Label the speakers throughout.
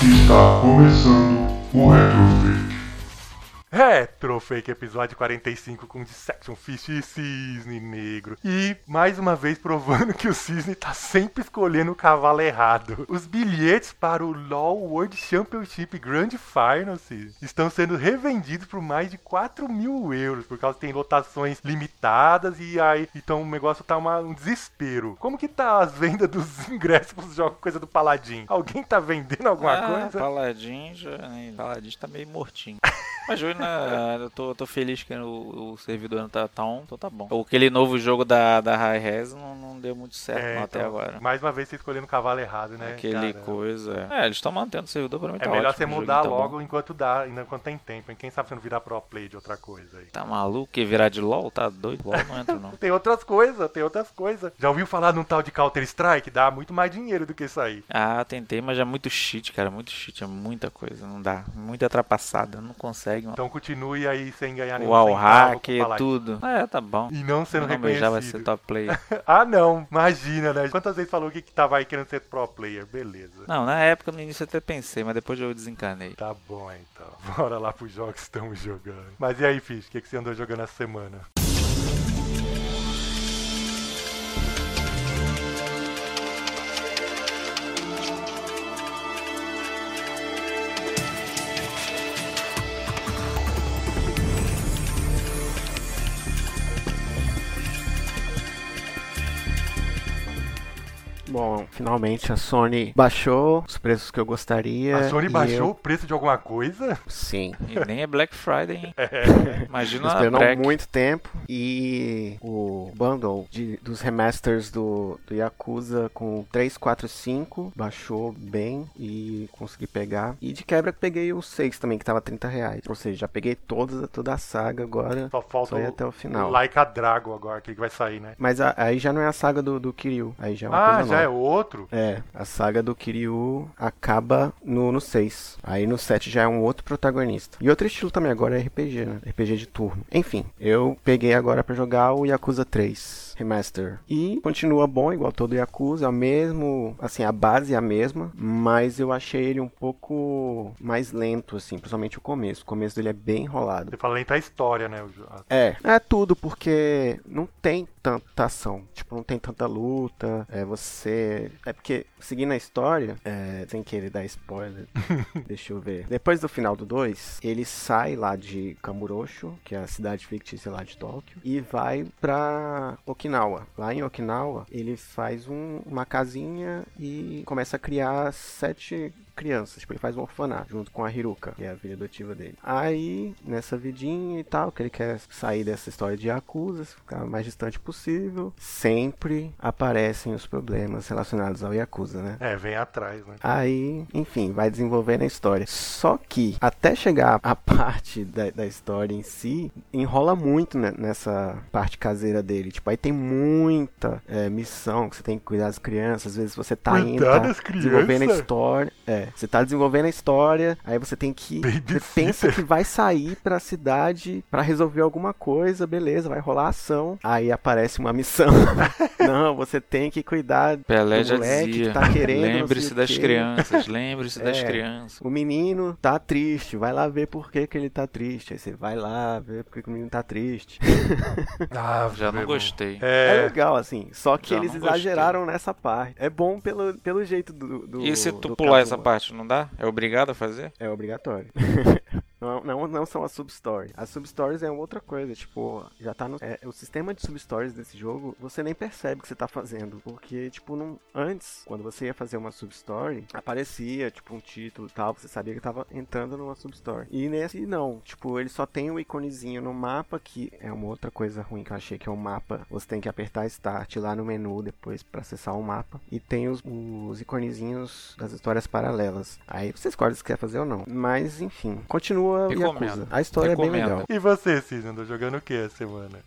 Speaker 1: Está começando o Retrofit.
Speaker 2: Retrofake episódio 45 com Dissection Fish e Cisne Negro. E mais uma vez provando que o Cisne tá sempre escolhendo o cavalo errado. Os bilhetes para o LoL World Championship Grand Final Cisne, estão sendo revendidos por mais de 4 mil euros, por causa que tem lotações limitadas e aí então o negócio tá uma- um desespero. Como que tá as vendas dos ingressos pros jogos, coisa do Paladin? Alguém tá vendendo alguma
Speaker 3: ah,
Speaker 2: coisa?
Speaker 3: Paladin já. Paladin tá meio mortinho. Mas Júlio, eu tô, tô feliz que o, o servidor não tá, tá on, então tá bom. Aquele novo jogo da, da High Res não, não deu muito certo não, É, até
Speaker 2: então,
Speaker 3: agora.
Speaker 2: Mais uma vez você escolhendo o cavalo errado, né?
Speaker 3: Aquele
Speaker 2: cara?
Speaker 3: coisa. É, eles estão mantendo o servidor pra mim.
Speaker 2: É
Speaker 3: tá
Speaker 2: melhor
Speaker 3: ótimo,
Speaker 2: você
Speaker 3: o jogo
Speaker 2: mudar
Speaker 3: tá bom.
Speaker 2: logo enquanto dá, ainda enquanto tem tempo. hein? Quem sabe você não virar pro play de outra coisa aí.
Speaker 3: Tá maluco? Que virar de LOL? Tá doido? LOL não entra, não.
Speaker 2: Tem outras coisas, tem outras coisas. Já ouviu falar num tal de Counter Strike? Dá muito mais dinheiro do que isso aí.
Speaker 3: Ah, tentei, mas é muito cheat, cara. Muito cheat, é muita coisa. Não dá. Muita trapaçada. Não consegue, mano.
Speaker 2: Então continue aí sem ganhar nenhum
Speaker 3: O all
Speaker 2: centavo com
Speaker 3: hack,
Speaker 2: o Paladin.
Speaker 3: tudo. É, tá bom.
Speaker 2: E não sendo
Speaker 3: não, meu, já vai ser
Speaker 2: reconhecido.
Speaker 3: top player.
Speaker 2: ah, não. Imagina, né? Quantas vezes falou que que tava aí querendo ser pro player? Beleza.
Speaker 3: Não, na época no início eu até pensei, mas depois eu desencanei.
Speaker 2: Tá bom, então. Bora lá pros jogos que estamos jogando. Mas e aí, Fish? O que, que você andou jogando essa semana?
Speaker 4: Bom, finalmente a Sony baixou os preços que eu gostaria.
Speaker 2: A Sony
Speaker 4: e
Speaker 2: baixou o preço de alguma coisa?
Speaker 4: eu- Sim.
Speaker 3: E nem é Black Friday, hein?
Speaker 4: É.
Speaker 2: Ah,
Speaker 3: Imagina a
Speaker 4: Esperou
Speaker 3: Black.
Speaker 4: muito tempo e o bundle de- dos remasters do, do Yakuza com 3, 4, 5 baixou bem e consegui pegar. E de quebra peguei o 6 também, que tava 30 reais. Ou seja, já peguei toda, toda a saga agora.
Speaker 2: Só falta
Speaker 4: Só ir
Speaker 2: o,
Speaker 4: até o final.
Speaker 2: Like a Drago agora, que vai sair, né?
Speaker 4: Mas a- aí já não é a saga do, do Kiryu. Aí já é uma
Speaker 2: Ah,
Speaker 4: coisa
Speaker 2: já é
Speaker 4: nova.
Speaker 2: outro?
Speaker 4: É, a saga do Kiryu acaba no, no 6. Aí no 7 já é um outro protagonista. E outro estilo também agora é RPG, né? RPG de turno. Enfim, eu peguei agora pra jogar o Yakuza 3 Remaster. E continua bom, igual todo Yakuza, é o mesmo, assim, a base é a mesma, mas eu achei ele um pouco mais lento, assim, principalmente o começo. O começo dele é bem enrolado.
Speaker 2: Você fala lenta a história, né? o jo- a-
Speaker 4: É, é tudo, porque não tem tanta ação. Tipo, não tem tanta luta. É você. É porque, seguindo a história, é, sem querer dar spoiler, deixa eu ver. Depois do final do 2, ele sai lá de Kamurocho, que é a cidade fictícia lá de Tóquio, e vai pra Okinawa. Lá em Okinawa, ele faz um- uma casinha e começa a criar sete crianças. Tipo, ele faz um orfanato junto com a Hiruka, que é a filha adotiva dele. Aí, nessa vidinha e tal, que ele quer sair dessa história de Yakuza, ficar o mais distante possível, sempre aparecem os problemas relacionados ao Yakuza, né?
Speaker 2: É, vem atrás, né?
Speaker 4: Aí, enfim, vai desenvolvendo a história. Só que, até chegar a parte da, da história em si, enrola muito né, nessa parte caseira dele. Tipo, aí tem muita é, missão que você tem que cuidar das crianças. Às vezes você tá
Speaker 2: Cuidar
Speaker 4: indo. tá
Speaker 2: das crianças?
Speaker 4: Desenvolvendo a história. É, você tá desenvolvendo a história, aí você tem que. Você
Speaker 2: Babysitter.
Speaker 4: pensa que vai sair pra cidade pra resolver alguma coisa, beleza, vai rolar ação. Aí aparece uma missão. Não, você tem que cuidar
Speaker 3: Pelé
Speaker 4: do
Speaker 3: já
Speaker 4: moleque que
Speaker 3: dizia.
Speaker 4: tá querendo, não
Speaker 3: Lembre-se
Speaker 4: sei o
Speaker 3: das
Speaker 4: quê.
Speaker 3: crianças, lembre-se das
Speaker 4: É.
Speaker 3: crianças.
Speaker 4: O menino tá triste, vai lá ver por que, que ele tá triste. Aí você vai lá ver por que, que o menino tá triste.
Speaker 2: Ah,
Speaker 3: Já não
Speaker 2: meu
Speaker 3: gostei.
Speaker 2: irmão.
Speaker 4: É,
Speaker 2: É,
Speaker 4: legal, assim. Só que
Speaker 3: Já
Speaker 4: eles
Speaker 3: não gostei.
Speaker 4: exageraram nessa parte. É bom pelo, pelo jeito do, do.
Speaker 3: E se tu
Speaker 4: do
Speaker 3: pular essa
Speaker 4: Kazuma.
Speaker 3: parte, não dá? É obrigado a fazer?
Speaker 4: É obrigatório. Não, não, não são as substories. As substories é outra coisa, tipo, já tá no. é, o sistema de substories desse jogo, você nem percebe que você tá fazendo. Porque, tipo, não, antes, quando você ia fazer uma substory, aparecia, tipo, um título e tal, você sabia que tava entrando numa substory. E nesse, não. Tipo, ele só tem o íconezinho no mapa, que é uma outra coisa ruim que eu achei, que é o mapa. Você tem que apertar Start lá no menu depois pra acessar o mapa. E tem os, os iconezinhos das histórias paralelas. Aí você escolhe se quer fazer ou não. Mas, enfim, continua o
Speaker 3: Recomendo.
Speaker 4: Yakuza. A história é bem
Speaker 3: Recomendo.
Speaker 4: legal.
Speaker 2: E você, Cisne, andou jogando o que essa semana?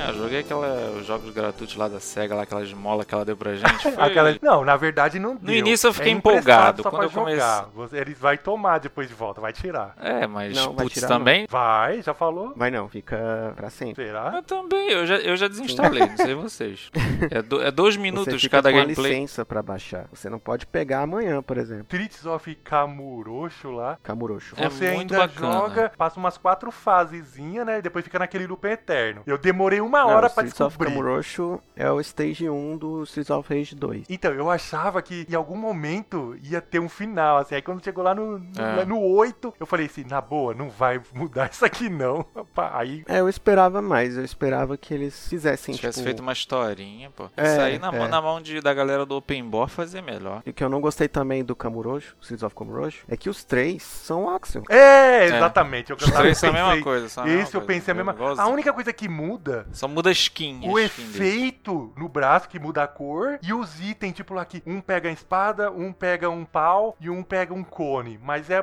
Speaker 3: Ah, joguei aquela, os jogos gratuitos lá da SEGA, lá, aquela esmola que ela deu pra gente. Foi...
Speaker 2: Aquela- Não, na verdade não deu.
Speaker 3: início eu fiquei
Speaker 2: É emprestado
Speaker 3: empolgado.
Speaker 2: só
Speaker 3: Quando
Speaker 2: pra
Speaker 3: eu comecei-
Speaker 2: jogar. Você- Ele vai tomar depois de volta, vai tirar.
Speaker 3: É, mas
Speaker 4: Não, vai
Speaker 3: putz,
Speaker 4: tirar,
Speaker 3: também.
Speaker 2: Vai, já falou?
Speaker 4: Vai não, fica pra sempre.
Speaker 2: Será?
Speaker 3: Eu também, eu já, eu já desinstalei, não sei vocês. É, do- é dois
Speaker 4: Você
Speaker 3: minutos
Speaker 4: fica
Speaker 3: cada
Speaker 4: com a
Speaker 3: gameplay.
Speaker 4: licença pra baixar. Você não pode pegar amanhã, por exemplo.
Speaker 2: Treats of Kamurocho lá.
Speaker 4: Kamurocho.
Speaker 3: É
Speaker 2: Você
Speaker 3: muito
Speaker 2: ainda
Speaker 3: bacana.
Speaker 2: joga, passa umas quatro fasezinhas, né? E depois fica naquele loop eterno. Eu demorei uma
Speaker 4: Não,
Speaker 2: É hora
Speaker 4: o
Speaker 2: pra
Speaker 4: Streets of
Speaker 2: descobrir.
Speaker 4: Kamurocho é o Stage 1 do Streets of Rage 2.
Speaker 2: Então, eu achava que em algum momento ia ter um final, assim. Aí quando chegou lá no, no,
Speaker 3: É.
Speaker 2: lá no 8, eu falei assim, na boa, não vai mudar isso aqui não. Opa, Aí
Speaker 4: É, eu esperava mais. Eu esperava que eles fizessem,
Speaker 3: Se tivesse
Speaker 4: tipo...
Speaker 3: feito uma historinha, pô.
Speaker 4: É,
Speaker 3: Isso aí na, mão-
Speaker 4: é.
Speaker 3: na mão de, da galera do Open Bar fazia melhor.
Speaker 4: E o que eu não gostei também do Kamurocho, Streets of Kamurocho, é que os três são Axel.
Speaker 2: É, exatamente. Eu
Speaker 3: Os
Speaker 2: cantava, eu
Speaker 3: três são a mesma
Speaker 2: pensei-
Speaker 3: coisa, são a mesma
Speaker 2: Esse eu
Speaker 3: coisa,
Speaker 2: pensei a mesma
Speaker 3: igualzinho.
Speaker 2: A única coisa que muda.
Speaker 3: Só muda a skin.
Speaker 2: O
Speaker 3: a skin dele.
Speaker 2: efeito no braço que muda a cor e os itens, tipo lá que um pega a espada, um pega um pau e um pega um cone. Mas é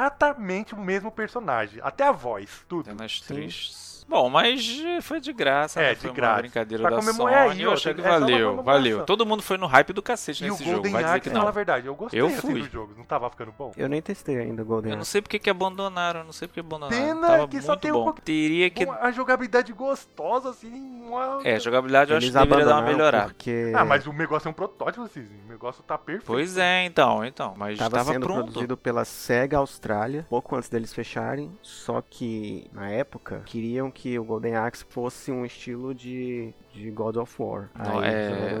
Speaker 2: exatamente o mesmo personagem. Até a voz, tudo.
Speaker 3: Cenas
Speaker 4: Sim.
Speaker 3: tristes. Bom, mas eh, foi de graça,
Speaker 2: É,
Speaker 3: né?
Speaker 2: de
Speaker 3: foi
Speaker 2: graça.
Speaker 3: uma brincadeira
Speaker 2: Pra
Speaker 3: da Sony.
Speaker 2: comemorar aí,
Speaker 3: eu
Speaker 2: ó,
Speaker 3: achei que
Speaker 2: é só uma
Speaker 3: valeu,
Speaker 2: comemoração.
Speaker 3: valeu. Todo mundo foi no hype do cacete
Speaker 2: E o
Speaker 3: nesse jogo,
Speaker 2: Golden
Speaker 3: vai dizer
Speaker 2: Axe,
Speaker 3: que
Speaker 2: fala a
Speaker 3: não.
Speaker 2: verdade, eu gostei
Speaker 3: Eu
Speaker 2: assim
Speaker 3: fui.
Speaker 2: do jogo, não tava ficando bom?
Speaker 4: Eu nem testei ainda o Golden
Speaker 3: Eu não
Speaker 4: Axe.
Speaker 3: sei porque que abandonaram, eu não sei porque abandonaram.
Speaker 2: Pena
Speaker 3: Tava
Speaker 2: que só
Speaker 3: muito
Speaker 2: tem um
Speaker 3: bom.
Speaker 2: pouquinho-
Speaker 3: Teria que...
Speaker 2: Bom, a jogabilidade gostosa, assim, uma...
Speaker 3: É, jogabilidade eu acho
Speaker 4: Eles
Speaker 3: que deveria dar uma
Speaker 4: abandonaram
Speaker 3: melhorada.
Speaker 4: Porque
Speaker 2: Ah, mas o negócio é um protótipo, Cisne. O negócio tá perfeito.
Speaker 3: Pois é, então, então. Mas
Speaker 4: estava
Speaker 3: tava
Speaker 4: sendo
Speaker 3: pronto.
Speaker 4: produzido pela Sega Austrália, pouco antes deles fecharem, só que na época queriam que o Golden Axe fosse um estilo de, de God of War.
Speaker 3: Não,
Speaker 4: Aí resolveram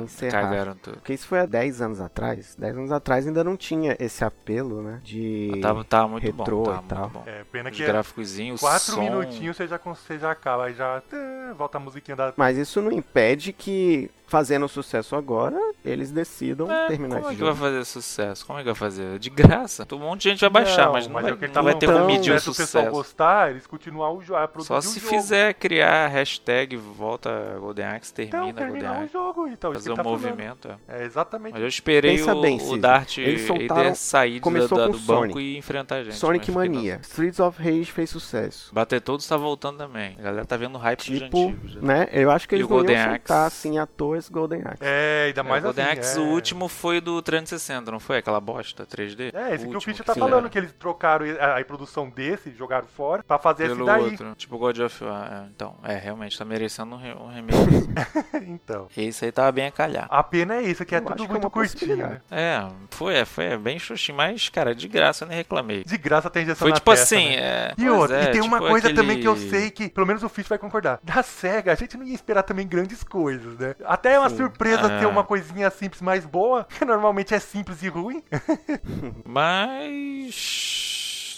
Speaker 3: é...
Speaker 4: encerrar.
Speaker 3: Cagaram tudo.
Speaker 4: Porque isso foi há 10 anos atrás. 10 anos atrás ainda não tinha esse apelo, né? De.
Speaker 3: Mas Tava, tava Tá, muito
Speaker 4: retrô
Speaker 3: bom, tava
Speaker 4: e tal.
Speaker 3: muito bom.
Speaker 2: É, pena
Speaker 3: Os
Speaker 2: que é
Speaker 3: gráficozinhos, o
Speaker 2: quatro
Speaker 3: som...
Speaker 2: minutinhos você já, cons- você já acaba, aí já tã, volta a musiquinha da...
Speaker 4: Mas isso não impede que, fazendo sucesso agora, eles decidam
Speaker 3: É,
Speaker 4: terminar
Speaker 3: como é
Speaker 4: esse
Speaker 3: que vai
Speaker 4: jogo.
Speaker 3: fazer sucesso? Como é que vai fazer? De graça. Um monte de gente vai baixar,
Speaker 2: Não,
Speaker 3: mas não
Speaker 2: é
Speaker 3: vai,
Speaker 2: o que ele
Speaker 3: não
Speaker 2: tá
Speaker 3: vai ter
Speaker 4: falando.
Speaker 3: como medir o
Speaker 2: Se o pessoal
Speaker 3: sucesso.
Speaker 2: gostar, eles continuam o jogo, a produzir
Speaker 3: Só
Speaker 2: o
Speaker 3: se
Speaker 2: jogo.
Speaker 3: fizer criar hashtag volta Golden Axe, termina
Speaker 2: Então,
Speaker 3: Golden
Speaker 2: terminar o
Speaker 3: Axe.
Speaker 2: jogo, então. isso
Speaker 3: Fazer
Speaker 2: que
Speaker 3: um
Speaker 2: ele tá falando.
Speaker 3: movimento. é.
Speaker 2: É, exatamente.
Speaker 3: Mas eu esperei
Speaker 4: Pensa
Speaker 3: o,
Speaker 4: bem,
Speaker 3: o
Speaker 4: Cid.
Speaker 3: Dart
Speaker 4: Eles
Speaker 3: ele
Speaker 4: soltaram-
Speaker 3: sair do,
Speaker 4: começou
Speaker 3: da-
Speaker 4: com
Speaker 3: do banco
Speaker 4: Sonic.
Speaker 3: e enfrentar a gente.
Speaker 4: Sonic
Speaker 3: mas fiquei na-
Speaker 4: Mania. Streets of Rage fez sucesso.
Speaker 3: Bater todos tá voltando também. A galera tá vendo o hype dos
Speaker 4: Tipo,
Speaker 3: antigos. né?
Speaker 4: né? Eu acho que
Speaker 3: E
Speaker 4: eles
Speaker 3: o
Speaker 4: não
Speaker 3: Golden
Speaker 4: iam soltar
Speaker 3: Axe?
Speaker 4: assim à toa esse Golden Axe.
Speaker 2: É, ainda mais
Speaker 3: o Golden
Speaker 2: assim,
Speaker 3: Axe,
Speaker 2: é...
Speaker 3: o último foi do 360, não foi? Aquela bosta 3D?
Speaker 2: É, esse que o
Speaker 3: último
Speaker 2: Christian tá
Speaker 3: fizeram.
Speaker 2: falando, que eles trocaram a, a produção desse, jogaram fora, pra fazer
Speaker 3: Pelo
Speaker 2: esse daí.
Speaker 3: outro. Tipo God of War. é, Então, é, realmente tá merecendo um, re um remake.
Speaker 2: então.
Speaker 3: Esse aí tava bem a calhar.
Speaker 2: A pena é isso, que é
Speaker 4: Eu acho
Speaker 2: tudo
Speaker 4: que é
Speaker 2: muito
Speaker 4: uma
Speaker 2: curtinho, né?
Speaker 4: possibilidade.
Speaker 3: É, foi, é, foi é, bem xoxinho, mas, cara, de graça eu nem reclamei.
Speaker 2: De graça tem injeção
Speaker 3: Foi
Speaker 2: Tá na
Speaker 3: tipo
Speaker 2: testa,
Speaker 3: assim,
Speaker 2: né?
Speaker 3: é.
Speaker 2: E,
Speaker 3: pois
Speaker 2: outra,
Speaker 3: é,
Speaker 2: e tem uma
Speaker 3: tipo
Speaker 2: coisa também
Speaker 3: aquele-
Speaker 2: que eu sei que, pelo menos o Fitch vai concordar. Da SEGA, a gente não ia esperar também grandes coisas, né? Até é uma
Speaker 4: Sim.
Speaker 2: surpresa
Speaker 3: Ah.
Speaker 2: ter uma coisinha simples mais boa, que normalmente é simples e ruim.
Speaker 3: Mas.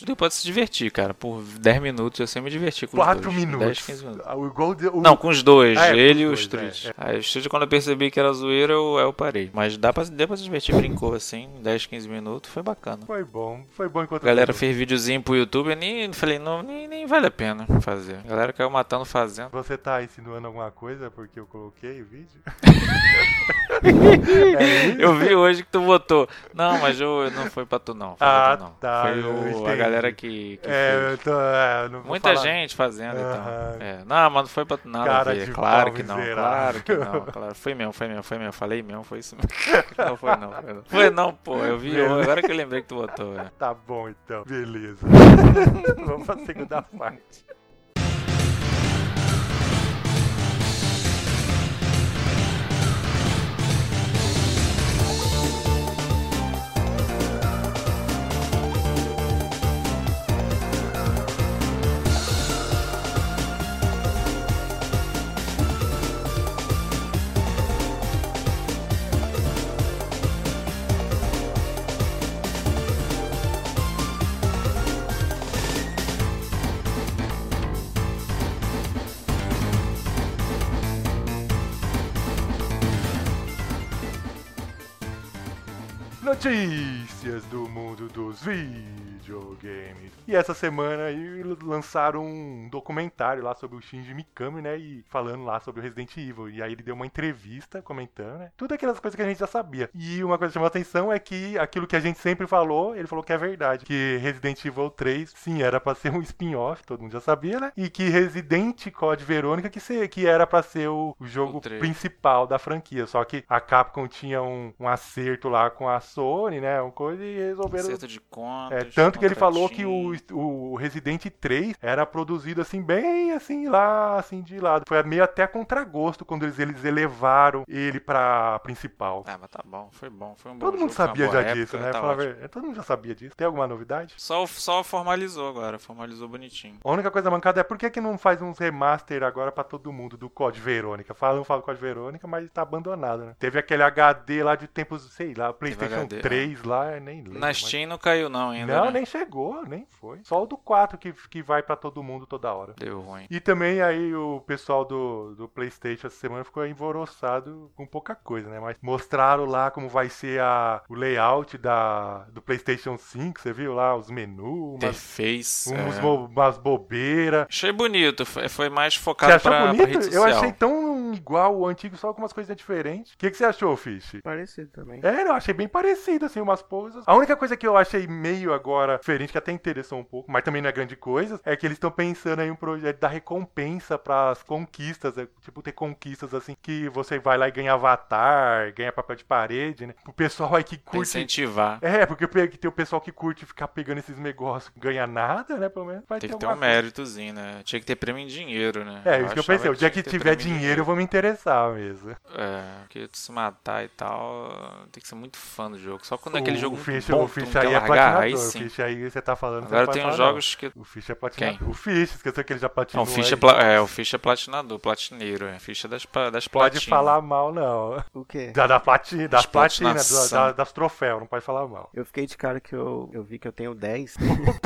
Speaker 3: Deu pra se divertir, cara. Por 10 minutos eu sempre me diverti com os
Speaker 2: 4
Speaker 3: dois.
Speaker 2: minutos.
Speaker 3: 10, 15 minutos.
Speaker 2: Ah, O Gold, o...
Speaker 3: Não, com os dois,
Speaker 2: Ah, é, com
Speaker 3: ele e
Speaker 2: os
Speaker 3: os
Speaker 2: dois,
Speaker 3: três.
Speaker 2: é, é.
Speaker 3: Aí os três, quando eu percebi que era zoeira, eu, eu parei. Mas dá pra, deu pra se divertir, brincou assim, 10, 15 minutos, foi bacana.
Speaker 2: Foi bom, foi bom enquanto...
Speaker 3: A galera
Speaker 2: durou.
Speaker 3: fez videozinho pro YouTube, eu nem falei, não, nem, nem vale a pena fazer. A galera caiu matando fazendo.
Speaker 2: Você tá insinuando alguma coisa porque eu coloquei o vídeo? É
Speaker 3: Eu vi hoje que tu botou. Não, mas eu não foi pra tu não. Foi pra
Speaker 2: Ah,
Speaker 3: tu não.
Speaker 2: tá,
Speaker 3: foi
Speaker 2: eu
Speaker 3: o- a
Speaker 2: entendi.
Speaker 3: galera que, que
Speaker 2: É,
Speaker 3: fez.
Speaker 2: eu tô, é, eu não vou
Speaker 3: Muita
Speaker 2: falar.
Speaker 3: gente fazendo,
Speaker 2: Aham.
Speaker 3: então. É, Não, mas não foi pra tu nada
Speaker 2: Cara
Speaker 3: ver.
Speaker 2: de
Speaker 3: Claro
Speaker 2: pau
Speaker 3: que não,
Speaker 2: miserável.
Speaker 3: claro que não. Claro. Foi mesmo, foi mesmo, foi mesmo. Falei mesmo, foi isso mesmo. Não foi não. Foi não, foi não pô. Eu vi hoje, agora que eu lembrei que tu botou. É.
Speaker 2: Tá bom então, beleza. Vamos pra segunda parte. Notícias do mundo dos videogames. E essa semana aí lançaram um documentário lá sobre o Shinji Mikami, né? E falando lá sobre o Resident Evil. E aí ele deu uma entrevista comentando, né? Tudo aquelas coisas que a gente já sabia. E uma coisa que chamou a atenção é que aquilo que a gente sempre falou, ele falou que é verdade. Que Resident Evil 3, sim, era pra ser um spin-off, todo mundo já sabia, né? E que Resident Code Verônica, que, se- que era pra ser o, o jogo
Speaker 3: O três.
Speaker 2: principal da franquia. Só que a Capcom tinha um, um acerto lá com a Sony, né? Uma coisa e resolveram.
Speaker 3: Acerto de contas.
Speaker 2: É, tanto que ele falou que o,
Speaker 3: contratinho.
Speaker 2: o Resident 3 era produzido assim, bem assim, lá, assim, de lado. Foi meio até contragosto quando eles, eles elevaram ele pra principal.
Speaker 3: Ah, mas tá bom, foi bom, foi um bom
Speaker 2: Todo mundo
Speaker 3: jogo, foi uma
Speaker 2: sabia
Speaker 3: boa
Speaker 2: já disso,
Speaker 3: época,
Speaker 2: né?
Speaker 3: tá
Speaker 2: Fala a
Speaker 3: ótimo.
Speaker 2: verdade. Todo mundo já sabia disso. Tem alguma novidade?
Speaker 3: Só, só formalizou agora, formalizou bonitinho.
Speaker 2: A única coisa mancada é por que, que não faz uns remaster agora pra todo mundo do Code Verônica? Falam, falam Code Verônica, mas tá abandonado, né? Teve aquele HD lá de tempos, sei lá, PlayStation
Speaker 3: HD,
Speaker 2: 3 lá, eu nem lembro.
Speaker 3: é. Na
Speaker 2: mas-
Speaker 3: Steam não caiu não ainda,
Speaker 2: Não,
Speaker 3: né?
Speaker 2: nem chegou, nem foi. Só o do 4 que, que vai pra todo mundo toda hora.
Speaker 3: Deu ruim.
Speaker 2: E também aí o pessoal do, do PlayStation essa semana ficou envoroçado com pouca coisa, né? Mas mostraram lá como vai ser a, o layout da, do PlayStation 5, você viu lá os menus, umas,
Speaker 3: Interface.
Speaker 2: uns
Speaker 3: é.
Speaker 2: bo- umas bobeiras.
Speaker 3: Achei bonito, foi, foi mais
Speaker 2: Você
Speaker 3: focado
Speaker 2: achou
Speaker 3: pra, pra rede
Speaker 2: bonito? Eu
Speaker 3: social.
Speaker 2: achei tão igual o antigo, só com umas coisas diferentes. O que, que você achou, Fish?
Speaker 4: Parecido também.
Speaker 2: É, eu achei bem parecido, assim, umas poses. A única coisa que eu achei meio agora diferente, que até interessou um pouco, mas também não é grande coisa, é que eles estão pensando aí um projeto da recompensa pras conquistas, é, tipo, ter conquistas, assim, que você vai lá e ganha avatar, ganha papel de parede, né? O pessoal aí que
Speaker 3: Pra
Speaker 2: curte...
Speaker 3: incentivar.
Speaker 2: É, porque pe- que tem o pessoal que curte ficar pegando esses negócios, ganha nada, né, pelo menos. Vai
Speaker 3: Tem que ter um
Speaker 2: alguma coisa.
Speaker 3: méritozinho, né? Tinha que ter prêmio em dinheiro, né?
Speaker 2: É, isso que eu
Speaker 3: achava
Speaker 2: pensei. O dia que
Speaker 3: tinha ter
Speaker 2: tiver
Speaker 3: prêmio em
Speaker 2: dinheiro, eu vou me interessar mesmo.
Speaker 3: É, porque se matar e tal, tem que ser muito fã do jogo. Só quando é aquele
Speaker 2: O
Speaker 3: jogo
Speaker 2: Fish-
Speaker 3: bom,
Speaker 2: o
Speaker 3: que tu não
Speaker 2: Fish
Speaker 3: quer
Speaker 2: aí é
Speaker 3: largar,
Speaker 2: platinador.
Speaker 3: aí
Speaker 2: o
Speaker 3: sim.
Speaker 2: Fish aí você tá falando. você não
Speaker 3: Agora
Speaker 2: pode
Speaker 3: tem uns
Speaker 2: falar, não.
Speaker 3: jogos que...
Speaker 2: O Fish é platinador. O Fish, esqueceu que ele já platinou.
Speaker 3: Não, o Fish é,
Speaker 2: aí.
Speaker 3: pla- é, o Fish é platinador, platineiro, é. Fish é das, pa- das
Speaker 2: Pode
Speaker 3: platinas.
Speaker 2: falar mal, não.
Speaker 4: O quê?
Speaker 2: Da, da platina, das platinas, da-
Speaker 3: Platinação.
Speaker 2: da- das troféus, não pode falar mal.
Speaker 4: Eu fiquei de cara que eu, eu vi que eu tenho 10.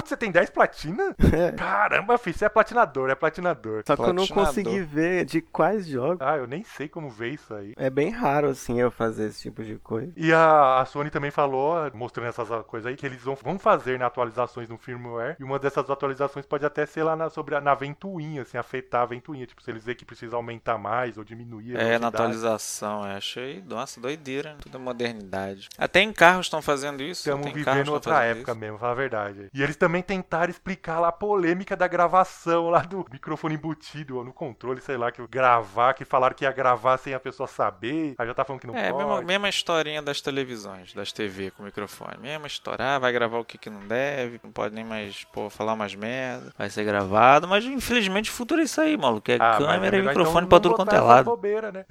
Speaker 2: Você tem 10 platinas? Caramba, Fish, você é platinador, é platinador.
Speaker 4: Só que eu não
Speaker 3: Platinador.
Speaker 4: consegui ver de quais jogos.
Speaker 2: Ah, eu nem sei como ver isso aí.
Speaker 4: É bem raro, assim, eu fazer esse tipo de coisa.
Speaker 2: E a, a Sony também falou, mostrando essas coisas aí, que eles vão, vão fazer né, atualizações no firmware. E uma dessas atualizações pode até ser lá na, sobre a, na ventoinha, assim, afetar a ventoinha. Tipo, se eles verem que precisa aumentar mais ou diminuir. a
Speaker 3: É, na
Speaker 2: velocidade.
Speaker 3: atualização, é. Achei, nossa, doideira, né? Tudo é modernidade. Até em carros estão fazendo isso.
Speaker 2: Estamos
Speaker 3: tem carros que
Speaker 2: vivendo
Speaker 3: tão
Speaker 2: outra
Speaker 3: fazendo
Speaker 2: época
Speaker 3: isso.
Speaker 2: mesmo, fala a verdade. E eles também tentaram explicar lá a polêmica da gravação lá do microfone embutido ou no controle, sei lá, que gravar, que falaram que ia gravar sem a pessoa saber. Aí já tá falando que não
Speaker 3: É,
Speaker 2: pode.
Speaker 3: mesma, mesma historinha das televisões, das TV com microfone. Mesma história. Ah, vai gravar o que, que não deve, não pode nem mais, pô, falar umas merda. Vai ser gravado, mas infelizmente o futuro é isso aí, maluco. É
Speaker 2: Ah, mas é
Speaker 3: câmera e
Speaker 2: melhor
Speaker 3: microfone
Speaker 2: então
Speaker 3: pra
Speaker 2: não
Speaker 3: tudo
Speaker 2: botar
Speaker 3: quanto é
Speaker 2: essa
Speaker 3: lado.
Speaker 2: bobeira, né?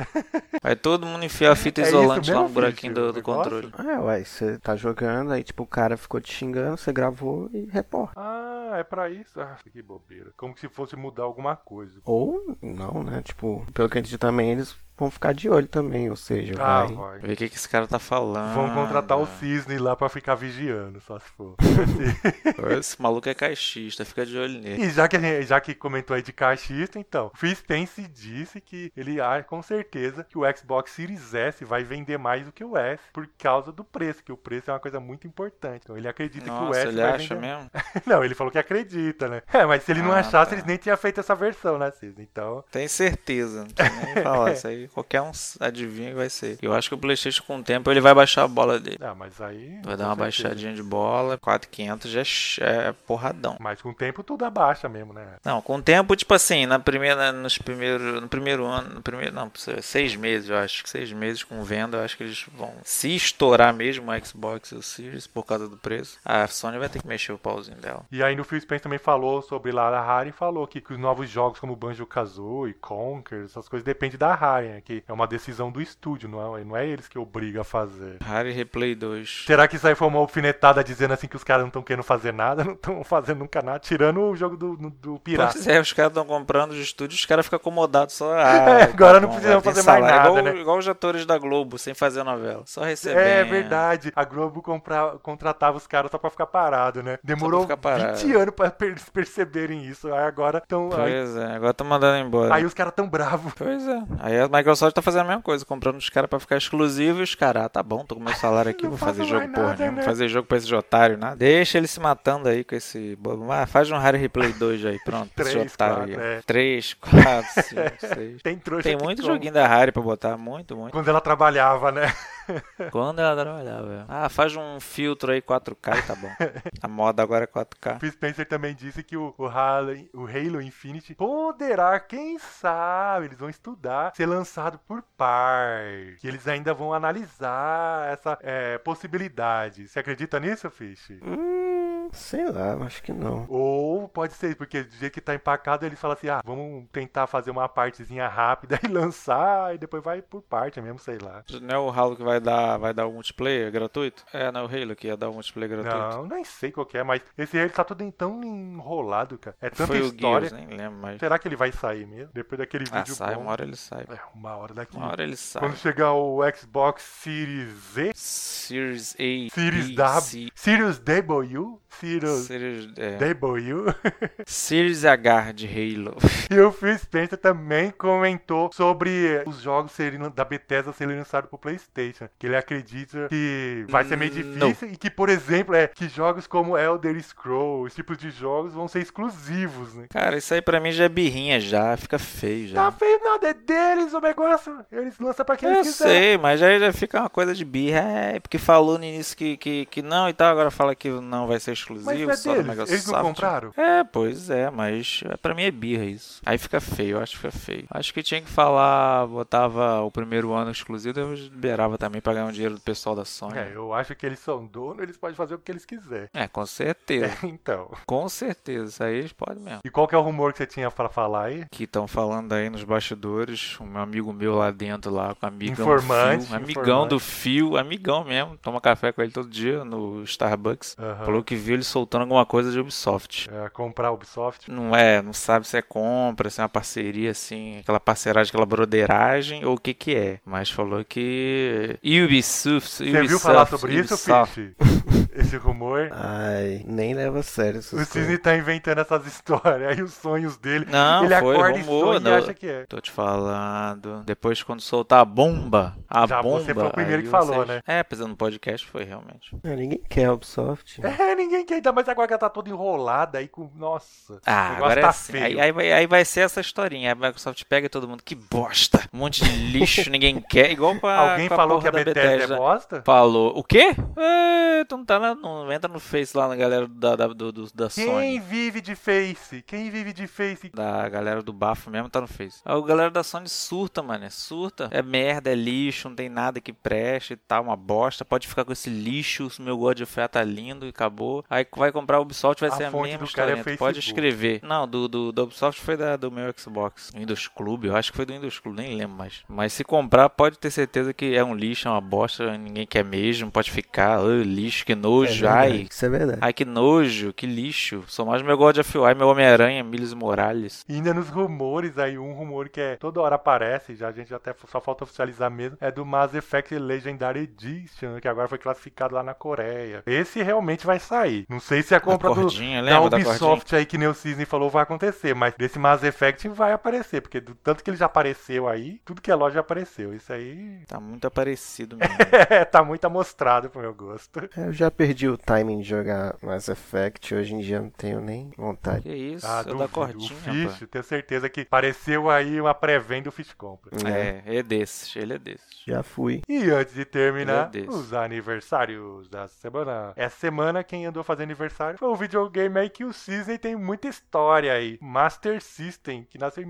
Speaker 3: Vai todo mundo enfiar a fita
Speaker 2: É isso
Speaker 3: isolante lá no
Speaker 2: mesmo,
Speaker 3: buraquinho
Speaker 2: bicho,
Speaker 3: do,
Speaker 2: o
Speaker 3: do
Speaker 2: negócio?
Speaker 3: controle.
Speaker 4: É, ué, você tá jogando, aí tipo, o cara ficou te xingando, você gravou e reporta.
Speaker 2: Ah, é pra isso? Ah, que bobeira. Como se fosse mudar alguma coisa.
Speaker 4: Ou não, né? Tipo, pelo que eu entendi também, eles vão ficar de olho também, ou seja,
Speaker 2: Ah,
Speaker 4: vai.
Speaker 2: vai.
Speaker 3: Vê o que, que esse cara tá falando.
Speaker 2: Vão contratar o Cisne lá pra ficar vigiando, só se for.
Speaker 3: Esse maluco é caixista, fica de olho nele.
Speaker 2: E já que, a gente- já que comentou aí de caixista, então, o Phil Spence disse que ele acha com certeza que o Xbox Series S vai vender mais do que o S por causa do preço, que o preço é uma coisa muito importante. Então ele acredita que o
Speaker 3: Nossa,
Speaker 2: S
Speaker 3: ele
Speaker 2: vai
Speaker 3: acha
Speaker 2: vender.
Speaker 3: mesmo?
Speaker 2: Não, ele falou que acredita, né? É, mas se ele não
Speaker 3: Ah,
Speaker 2: achasse,
Speaker 3: tá.
Speaker 2: eles nem tinham feito essa versão, né, Cisne? Então,
Speaker 3: Tem certeza, não precisa nem falar. Isso aí qualquer um adivinha que vai ser. Eu acho que o PlayStation, com o tempo, ele vai baixar a bola dele.
Speaker 2: ah, mas aí. com
Speaker 3: Vai dar uma
Speaker 2: certeza.
Speaker 3: baixadinha de bola, 4500 já é ch- é porradão.
Speaker 2: Mas com o tempo tudo abaixa mesmo, né?
Speaker 3: Não, com o tempo, tipo assim, na primeira, nos primeiro, no primeiro ano, no primeiro, não, seis meses, eu acho que seis meses com venda, eu acho que eles vão se estourar mesmo o Xbox e o Series por causa do preço. A Sony vai ter que mexer o pauzinho dela.
Speaker 2: E aí no Phil Spence também falou sobre lá a Rare e falou que, que os novos jogos como Banjo-Kazooie, Conker, essas coisas depende da Rare, né? que é uma decisão do estúdio, não é, não é eles que obrigam a fazer.
Speaker 3: Rare Replay 2.
Speaker 2: Será que isso aí foi uma alfinetada dizendo assim que os caras não estão querendo fazer nada, não estão fazendo nunca nada, tirando o jogo do, do- do Pirata?
Speaker 3: Pois é, os caras estão comprando os estúdios, os caras ficam acomodados só. Ah,
Speaker 2: É, agora não
Speaker 3: bom,
Speaker 2: precisam
Speaker 3: vai ter
Speaker 2: fazer mais nada,
Speaker 3: igual,
Speaker 2: né?
Speaker 3: igual os atores da Globo, sem fazer novela. Só recebendo.
Speaker 2: É verdade, a Globo compra- contratava os caras só pra ficar parado, né? Demorou
Speaker 3: ficar parado.
Speaker 2: 20 anos pra per- eles perceberem isso, aí agora estão. Aí,
Speaker 3: Pois é, agora estão mandando embora.
Speaker 2: aí os caras tão bravos.
Speaker 3: Pois é. Aí a Microsoft tá fazendo a mesma coisa, comprando os caras pra ficar exclusivo e os caras, ah, tá bom, tô com meu salário aqui,
Speaker 2: Não
Speaker 3: vou fazer
Speaker 2: faço
Speaker 3: jogo
Speaker 2: mais
Speaker 3: porra
Speaker 2: nada,
Speaker 3: nenhuma,
Speaker 2: né?
Speaker 3: vou fazer jogo pra esse otário, nada. Deixa ele se matando aí com esse bobo. Ah, faz um Rare Replay 2 aí, pronto, esse
Speaker 2: Três,
Speaker 3: otário
Speaker 2: quatro,
Speaker 3: aí.
Speaker 2: é.
Speaker 3: 3, 4, 5, 6.
Speaker 2: Tem trouxa
Speaker 3: Tem
Speaker 2: que
Speaker 3: muito
Speaker 2: compra.
Speaker 3: joguinho da Rare pra botar, muito, muito.
Speaker 2: Quando ela trabalhava, né?
Speaker 3: Quando ela trabalhava. Ah, faz um filtro aí 4K e tá bom. A moda agora é 4K.
Speaker 2: Phil Spencer também disse que o, o, Halo, o Halo Infinite poderá, quem sabe, eles vão estudar, ser lançado por par. Que eles ainda vão analisar essa é, possibilidade. Você acredita nisso, Fish?
Speaker 4: Hum, sei lá, eu acho que não.
Speaker 2: Ou pode ser, porque do jeito que tá empacado, eles falam assim: ah, vamos tentar fazer uma partezinha rápida e lançar, e depois vai por parte mesmo, sei lá.
Speaker 3: Não é o Halo que vai dar, vai dar o multiplayer gratuito? É, não é o Halo que ia dar o multiplayer gratuito.
Speaker 2: Não, nem sei qual que é, mas esse ele tá todo tão enrolado, cara. É tanta
Speaker 3: Foi
Speaker 2: história.
Speaker 3: o Gears, nem lembro mais.
Speaker 2: Será que ele vai sair mesmo? Depois daquele
Speaker 3: Ah,
Speaker 2: vídeo
Speaker 3: sai,
Speaker 2: bom.
Speaker 3: uma hora ele sai.
Speaker 2: É, uma hora daqui.
Speaker 3: Uma hora ele sai.
Speaker 2: Quando chegar o Xbox Series Z,
Speaker 3: Series A,
Speaker 2: Series
Speaker 3: B,
Speaker 2: W, Series W,
Speaker 3: C,
Speaker 2: Series
Speaker 3: Series, é.
Speaker 2: W.
Speaker 3: Series H de Halo.
Speaker 2: E o Phil Spencer também comentou sobre os jogos serem, da Bethesda serem lançados pro PlayStation. Que ele acredita que vai ser meio
Speaker 3: Hum, Não.
Speaker 2: difícil e que, por exemplo, é que jogos como Elder Scrolls, esse tipo de jogos, vão ser exclusivos, né?
Speaker 3: Cara, isso aí pra mim já é birrinha já, fica feio já.
Speaker 2: Tá feio nada, é deles o negócio. Eles lançam pra quem
Speaker 3: Eu
Speaker 2: eles quiserem.
Speaker 3: sei, mas aí já fica uma coisa de birra, é, porque falou no início que, que, que não e tal, agora fala que não vai ser
Speaker 2: Mas
Speaker 3: exclusivo,
Speaker 2: isso
Speaker 3: só
Speaker 2: é
Speaker 3: do
Speaker 2: deles.
Speaker 3: Microsoft.
Speaker 2: Eles não compraram?
Speaker 3: É, pois é, mas é, pra mim é birra isso. Aí fica feio, eu acho que fica feio. Acho que tinha que falar, botava o primeiro ano exclusivo, eu liberava também pra ganhar um dinheiro do pessoal da Sony.
Speaker 2: É,
Speaker 3: É,
Speaker 2: eu acho que eles são dono, eles podem fazer o que eles quiserem.
Speaker 3: com certeza,
Speaker 2: É, então.
Speaker 3: com certeza, isso aí eles podem mesmo.
Speaker 2: E qual que é o rumor que você tinha pra falar aí?
Speaker 3: que estão falando aí nos bastidores, um amigo meu lá dentro, lá com amigão
Speaker 2: Informante,
Speaker 3: do Phil, um amigão
Speaker 2: informante.
Speaker 3: do Fio, amigão mesmo, toma café com ele todo dia no Starbucks.
Speaker 2: Aham.
Speaker 3: Falou que viu ele soltando alguma coisa de Ubisoft.
Speaker 2: É, comprar a Ubisoft?
Speaker 3: Não é, não sabe se é compra, se é uma parceria assim, aquela parceragem, aquela broderagem ou o que que é. Mas falou que Ubisoft,
Speaker 2: Você
Speaker 3: Ubisoft,
Speaker 2: viu falar sobre isso,
Speaker 3: Ubisoft. Ah,
Speaker 2: Fish? Esse rumor?
Speaker 4: Ai, nem leva a sério
Speaker 2: O
Speaker 4: essas
Speaker 2: Cisne
Speaker 4: coisas.
Speaker 2: tá inventando essas histórias e os sonhos dele.
Speaker 3: Não,
Speaker 2: ele
Speaker 3: foi
Speaker 2: acorda
Speaker 3: rumor,
Speaker 2: e sonha
Speaker 3: não.
Speaker 2: e acha que é.
Speaker 3: Tô te falando. Depois, quando soltar a bomba, a
Speaker 2: Já
Speaker 3: bomba.
Speaker 2: você foi o primeiro
Speaker 3: aí
Speaker 2: que falou,
Speaker 3: vocês-
Speaker 2: né?
Speaker 3: É, apesar no podcast foi realmente.
Speaker 4: Ah, ninguém quer a Ubisoft.
Speaker 2: É, ninguém quer, ainda mais agora que ela tá toda enrolada aí com. Nossa. o
Speaker 3: Ah,
Speaker 2: negócio
Speaker 3: agora é
Speaker 2: tá
Speaker 3: assim.
Speaker 2: feio.
Speaker 3: Aí, aí vai- aí vai ser essa historinha. A Microsoft pega e todo mundo. Que bosta! Um monte de lixo, ninguém quer. Igual com a.
Speaker 2: Alguém
Speaker 3: Ah, com a
Speaker 2: falou que
Speaker 3: porra
Speaker 2: a
Speaker 3: da
Speaker 2: Bethesda, é bosta?
Speaker 3: Falou. O quê? É, tu não tá na, não entra no Face lá na galera da, da, do, do- da
Speaker 2: Quem
Speaker 3: Sony.
Speaker 2: vive de face? Quem vive de face?
Speaker 3: Da galera do bafo mesmo tá no Face. A galera da Sony surta, mano. é Surta. É merda, é lixo, não tem nada que preste e tal, uma bosta. Pode ficar com esse lixo, o meu God of War tá lindo e acabou. Aí vai comprar o Ubisoft, vai
Speaker 2: A
Speaker 3: ser a
Speaker 2: fonte
Speaker 3: mesma
Speaker 2: do cara é
Speaker 3: história. né? Tu pode
Speaker 2: Facebook.
Speaker 3: escrever. Não, do, do, do Ubisoft foi da, do meu Xbox. Windows Club, eu acho que foi do Windows Club, nem lembro mais. Mas se comprar, pode ter certeza que é um lixo, é uma bosta, ninguém quer mesmo, pode ficar, "Ah, lixo, que nojo, ai.
Speaker 4: Isso é verdade.
Speaker 3: Ai, que nojo, que lixo. Sou mais meu God of War, meu Homem-Aranha, Miles Morales.
Speaker 2: E ainda nos rumores aí, um rumor que é toda hora aparece, já a gente até só falta oficializar mesmo, é do Mass Effect Legendary Edition, que agora foi classificado lá na Coreia. Esse realmente vai sair. Não sei se a compra do,
Speaker 3: cordinha,
Speaker 2: da
Speaker 3: lembra da
Speaker 2: Ubisoft aí que nem o Cisne falou vai acontecer, mas desse Mass Effect vai aparecer, porque do tanto que ele já apareceu aí, tudo que é loja já apareceu. Isso aí
Speaker 3: Tá muito aparecido mesmo.
Speaker 2: tá muito amostrado pro meu gosto.
Speaker 4: Eu já perdi o timing de jogar Mass Effect, hoje em dia não tenho nem vontade.
Speaker 3: que isso,
Speaker 2: Ah,
Speaker 3: eu da
Speaker 2: duvido.
Speaker 3: cordinha,
Speaker 2: o
Speaker 3: rapaz.
Speaker 2: Fish, tenho certeza que apareceu aí uma pré-venda e o Fish compra. né?
Speaker 3: É, é desses, ele é desses.
Speaker 4: né? Já fui.
Speaker 2: E antes de terminar,
Speaker 3: Meu Deus.
Speaker 2: os aniversários da semana. Essa semana, quem andou fazendo aniversário foi o videogame aí que o Cisne tem muita história aí. Master System, que nasceu em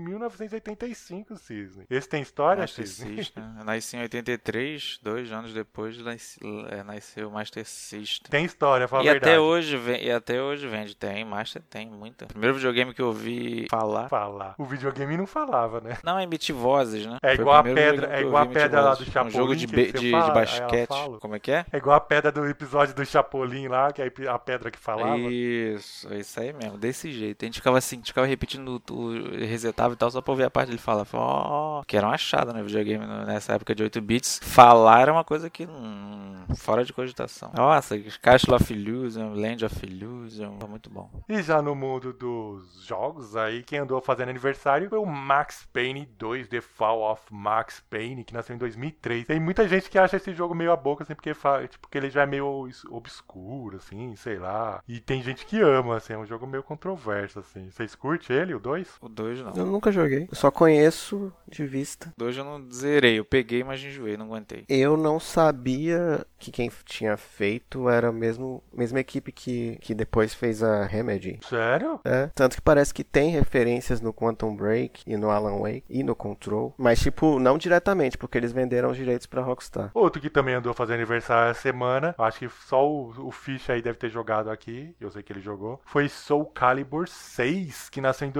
Speaker 2: 1985, Cisne. Esse tem história,
Speaker 3: Master
Speaker 2: Cisne?
Speaker 3: System. Eu Nasci em 83, dois anos depois nasci- é, nasceu o Master System.
Speaker 2: Tem história, fala
Speaker 3: E
Speaker 2: a verdade.
Speaker 3: até, hoje, ve- e até hoje vende, tem, Master tem, muita. Primeiro videogame que eu ouvi falar.
Speaker 2: Falar. O videogame não falava, né?
Speaker 3: Não, é emitir vozes, né?
Speaker 2: É
Speaker 3: Foi o
Speaker 2: igual a
Speaker 3: primeiro
Speaker 2: pedra-
Speaker 3: videogame
Speaker 2: é
Speaker 3: que eu
Speaker 2: igual a
Speaker 3: ouvi emitir
Speaker 2: pedra lá
Speaker 3: vozes.
Speaker 2: do
Speaker 3: É Um jogo
Speaker 2: Chapolin
Speaker 3: de,
Speaker 2: que
Speaker 3: be-
Speaker 2: você fala,
Speaker 3: de, de
Speaker 2: aí ela
Speaker 3: basquete.
Speaker 2: fala.
Speaker 3: Como é que é?
Speaker 2: É igual a pedra do episódio do Chapolin lá, que é a pedra que falava.
Speaker 3: Isso, é isso aí mesmo, desse jeito. A gente ficava assim, a gente ficava repetindo, o- o- resetava e tal, só pra ouvir a parte dele falar. Falava, Ó, que era um achado, né? Videogame no- nessa época de 8 bits. Falar era uma coisa que. hum, fora de cogitação. Nossa, que Aqueles Castle of Illusion, Land of Illusion, tá muito bom.
Speaker 2: E já no mundo dos jogos, aí quem andou fazendo aniversário foi o Max Payne 2, The Fall of Max Payne, que nasceu em 2003. Tem muita gente que acha esse jogo meio a boca, assim, porque, fa- tipo, porque ele já é meio es- obscuro, assim, sei lá. E tem gente que ama, assim, é um jogo meio controverso, assim. Vocês curtem ele, o 2?
Speaker 3: O 2 não.
Speaker 4: Eu nunca joguei. Eu só conheço de vista.
Speaker 3: O 2 eu não zerei, eu peguei, mas enjoei, não aguentei.
Speaker 4: Eu não sabia que quem tinha feito era a mesmo, mesma equipe que, que depois fez a Remedy.
Speaker 2: Sério?
Speaker 4: É, tanto que parece que tem referências no Quantum Break e no Alan Wake e no Control, mas tipo, não diretamente, porque eles venderam os direitos pra Rockstar.
Speaker 2: Outro que também andou fazendo aniversário essa semana, acho que só o, o Ficha aí deve ter jogado aqui, eu sei que ele jogou, foi Soul Calibur 6, que nasceu em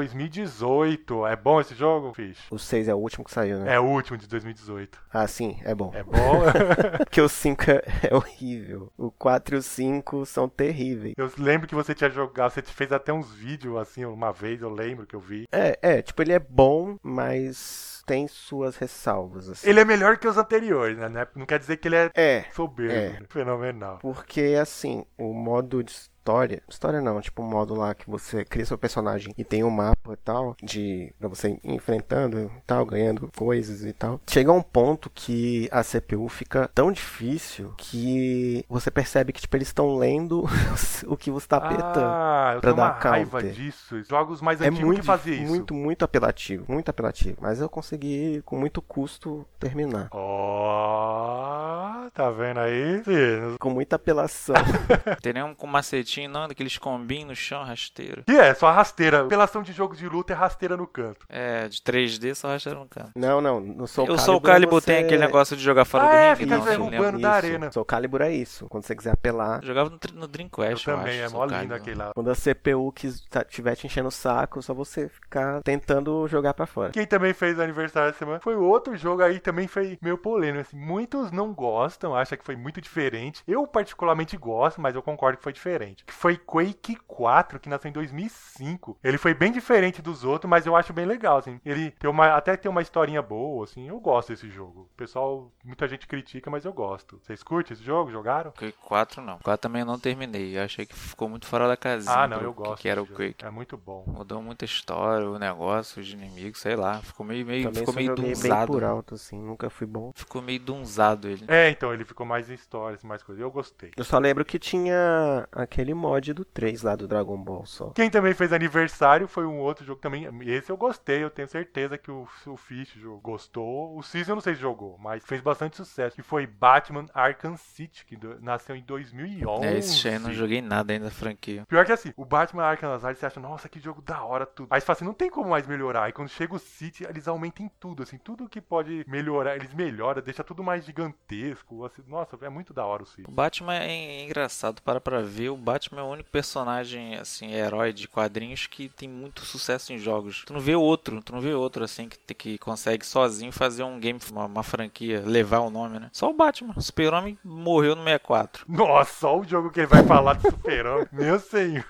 Speaker 2: 2018. É bom esse jogo, Ficha?
Speaker 4: O 6 é o último que saiu, né?
Speaker 2: É o último de 2018.
Speaker 4: Ah, sim, é bom.
Speaker 2: É bom?
Speaker 4: Porque o 5 é, é horrível. O 4 e o 5 são terríveis.
Speaker 2: eu lembro que você tinha jogado, você fez até uns vídeos assim, uma vez, eu lembro que eu vi.
Speaker 4: É, é, tipo, ele é bom, mas tem suas ressalvas, assim.
Speaker 2: Ele é melhor que os anteriores, né? Não é- Não quer dizer que ele é
Speaker 4: É,
Speaker 2: soberbo. né? Fenomenal.
Speaker 4: Porque, assim, o modo de história. História não, tipo um modo lá que você cria seu personagem e tem um mapa e tal, de. pra você ir enfrentando e tal, ganhando coisas e tal. Chega a um ponto que a CPU fica tão difícil que você percebe que, tipo, eles estão lendo o que você tá apertando.
Speaker 2: Ah, eu
Speaker 4: pra
Speaker 2: tenho uma
Speaker 4: dar
Speaker 2: raiva
Speaker 4: counter.
Speaker 2: disso. Jogos mais
Speaker 4: É
Speaker 2: antigos
Speaker 4: muito,
Speaker 2: que faziam isso.
Speaker 4: muito, muito apelativo, muito apelativo. Mas eu consegui, com muito custo, terminar.
Speaker 2: Ó, tá vendo aí? Sim.
Speaker 4: Com muita apelação.
Speaker 3: Não tem nenhum com macetinho, não, daqueles combinhos no chão, rasteiro.
Speaker 2: Que é, só rasteira. Apelação de jogo de luta é rasteira no canto.
Speaker 3: É, de 3D só rasteiro no canto.
Speaker 4: não, não, não sou
Speaker 3: Eu sou o Calibur,
Speaker 4: Calibur, você- é
Speaker 3: tem aquele negócio de jogar fora
Speaker 2: Ah,
Speaker 3: do
Speaker 2: é,
Speaker 3: ringue,
Speaker 2: fica
Speaker 3: não, eu não
Speaker 2: derrubando.
Speaker 3: lembro.
Speaker 2: Mano da arena.
Speaker 4: Soul Calibur é isso. Quando você quiser apelar,
Speaker 3: Eu Jogava no, Dr- no Dreamcast,
Speaker 2: eu
Speaker 3: eu,
Speaker 2: também,
Speaker 3: acho,
Speaker 2: é
Speaker 3: sou
Speaker 2: mó
Speaker 3: o
Speaker 2: lindo
Speaker 3: Calibur.
Speaker 2: aquele lá.
Speaker 4: Quando a CPU que estiver te enchendo o saco, só você ficar tentando jogar pra fora.
Speaker 2: Quem também fez aniversário essa semana foi outro jogo aí também foi meio polêmico. assim. muitos não gostam, acham que foi muito diferente. Eu particularmente gosto, mas eu concordo que foi diferente. Que foi Quake 4, que nasceu em 2005. Ele foi bem diferente dos outros, mas eu acho bem legal, assim. Ele tem uma, até tem uma historinha boa, assim. Eu gosto desse jogo. O pessoal, muita gente critica, mas eu gosto. Vocês curtem esse jogo? Jogaram?
Speaker 3: Quake 4 não. 4 também eu não terminei. Eu achei que ficou muito fora da casinha.
Speaker 2: Ah, não,
Speaker 3: do
Speaker 2: eu
Speaker 3: que
Speaker 2: gosto.
Speaker 3: Que era o
Speaker 2: desse jogo.
Speaker 3: Quake.
Speaker 2: É muito bom.
Speaker 3: Mudou muita história, o negócio, os inimigos, sei lá. Ficou meio, meio,
Speaker 4: Também
Speaker 3: ficou
Speaker 4: só
Speaker 3: meio
Speaker 4: joguei bem
Speaker 2: né?
Speaker 4: por
Speaker 3: dunzado.
Speaker 4: alto, assim, nunca fui bom.
Speaker 3: Ficou meio dunzado ele.
Speaker 2: É, então, ele ficou mais em histórias, mais coisas. Eu gostei.
Speaker 4: Eu só lembro que tinha aquele mod do 3 lá do Dragon Ball só.
Speaker 2: Quem também fez aniversário foi um outro jogo também. Esse eu gostei, eu tenho certeza que o, o Fish jo- gostou. O Cis eu não sei se jogou, mas fez bastante sucesso. Que foi Batman Arkham City, que do- nasceu em 2011.
Speaker 3: É, esse aí eu não joguei nada ainda da franquia.
Speaker 2: Pior que assim, o Batman Arkham Asylum, você acha, nossa, que jogo da hora, tudo. Aí você fala assim, não tem como mais melhorar. Aí quando chega o City, eles aumentam tudo, assim, tudo que pode melhorar, eles melhoram, deixa tudo mais gigantesco. assim, nossa, é muito da hora o City.
Speaker 3: O Batman é engraçado, para pra ver, o Batman é o único personagem, assim, herói de quadrinhos que tem muito sucesso em jogos. Tu não vê outro, tu não vê outro, assim, que, que consegue sozinho fazer um game, uma, uma franquia, levar o nome, né? Só o Batman. O Super-Homem morreu no 64.
Speaker 2: Nossa, só o jogo que ele vai falar do Super-Homem. Meu senhor.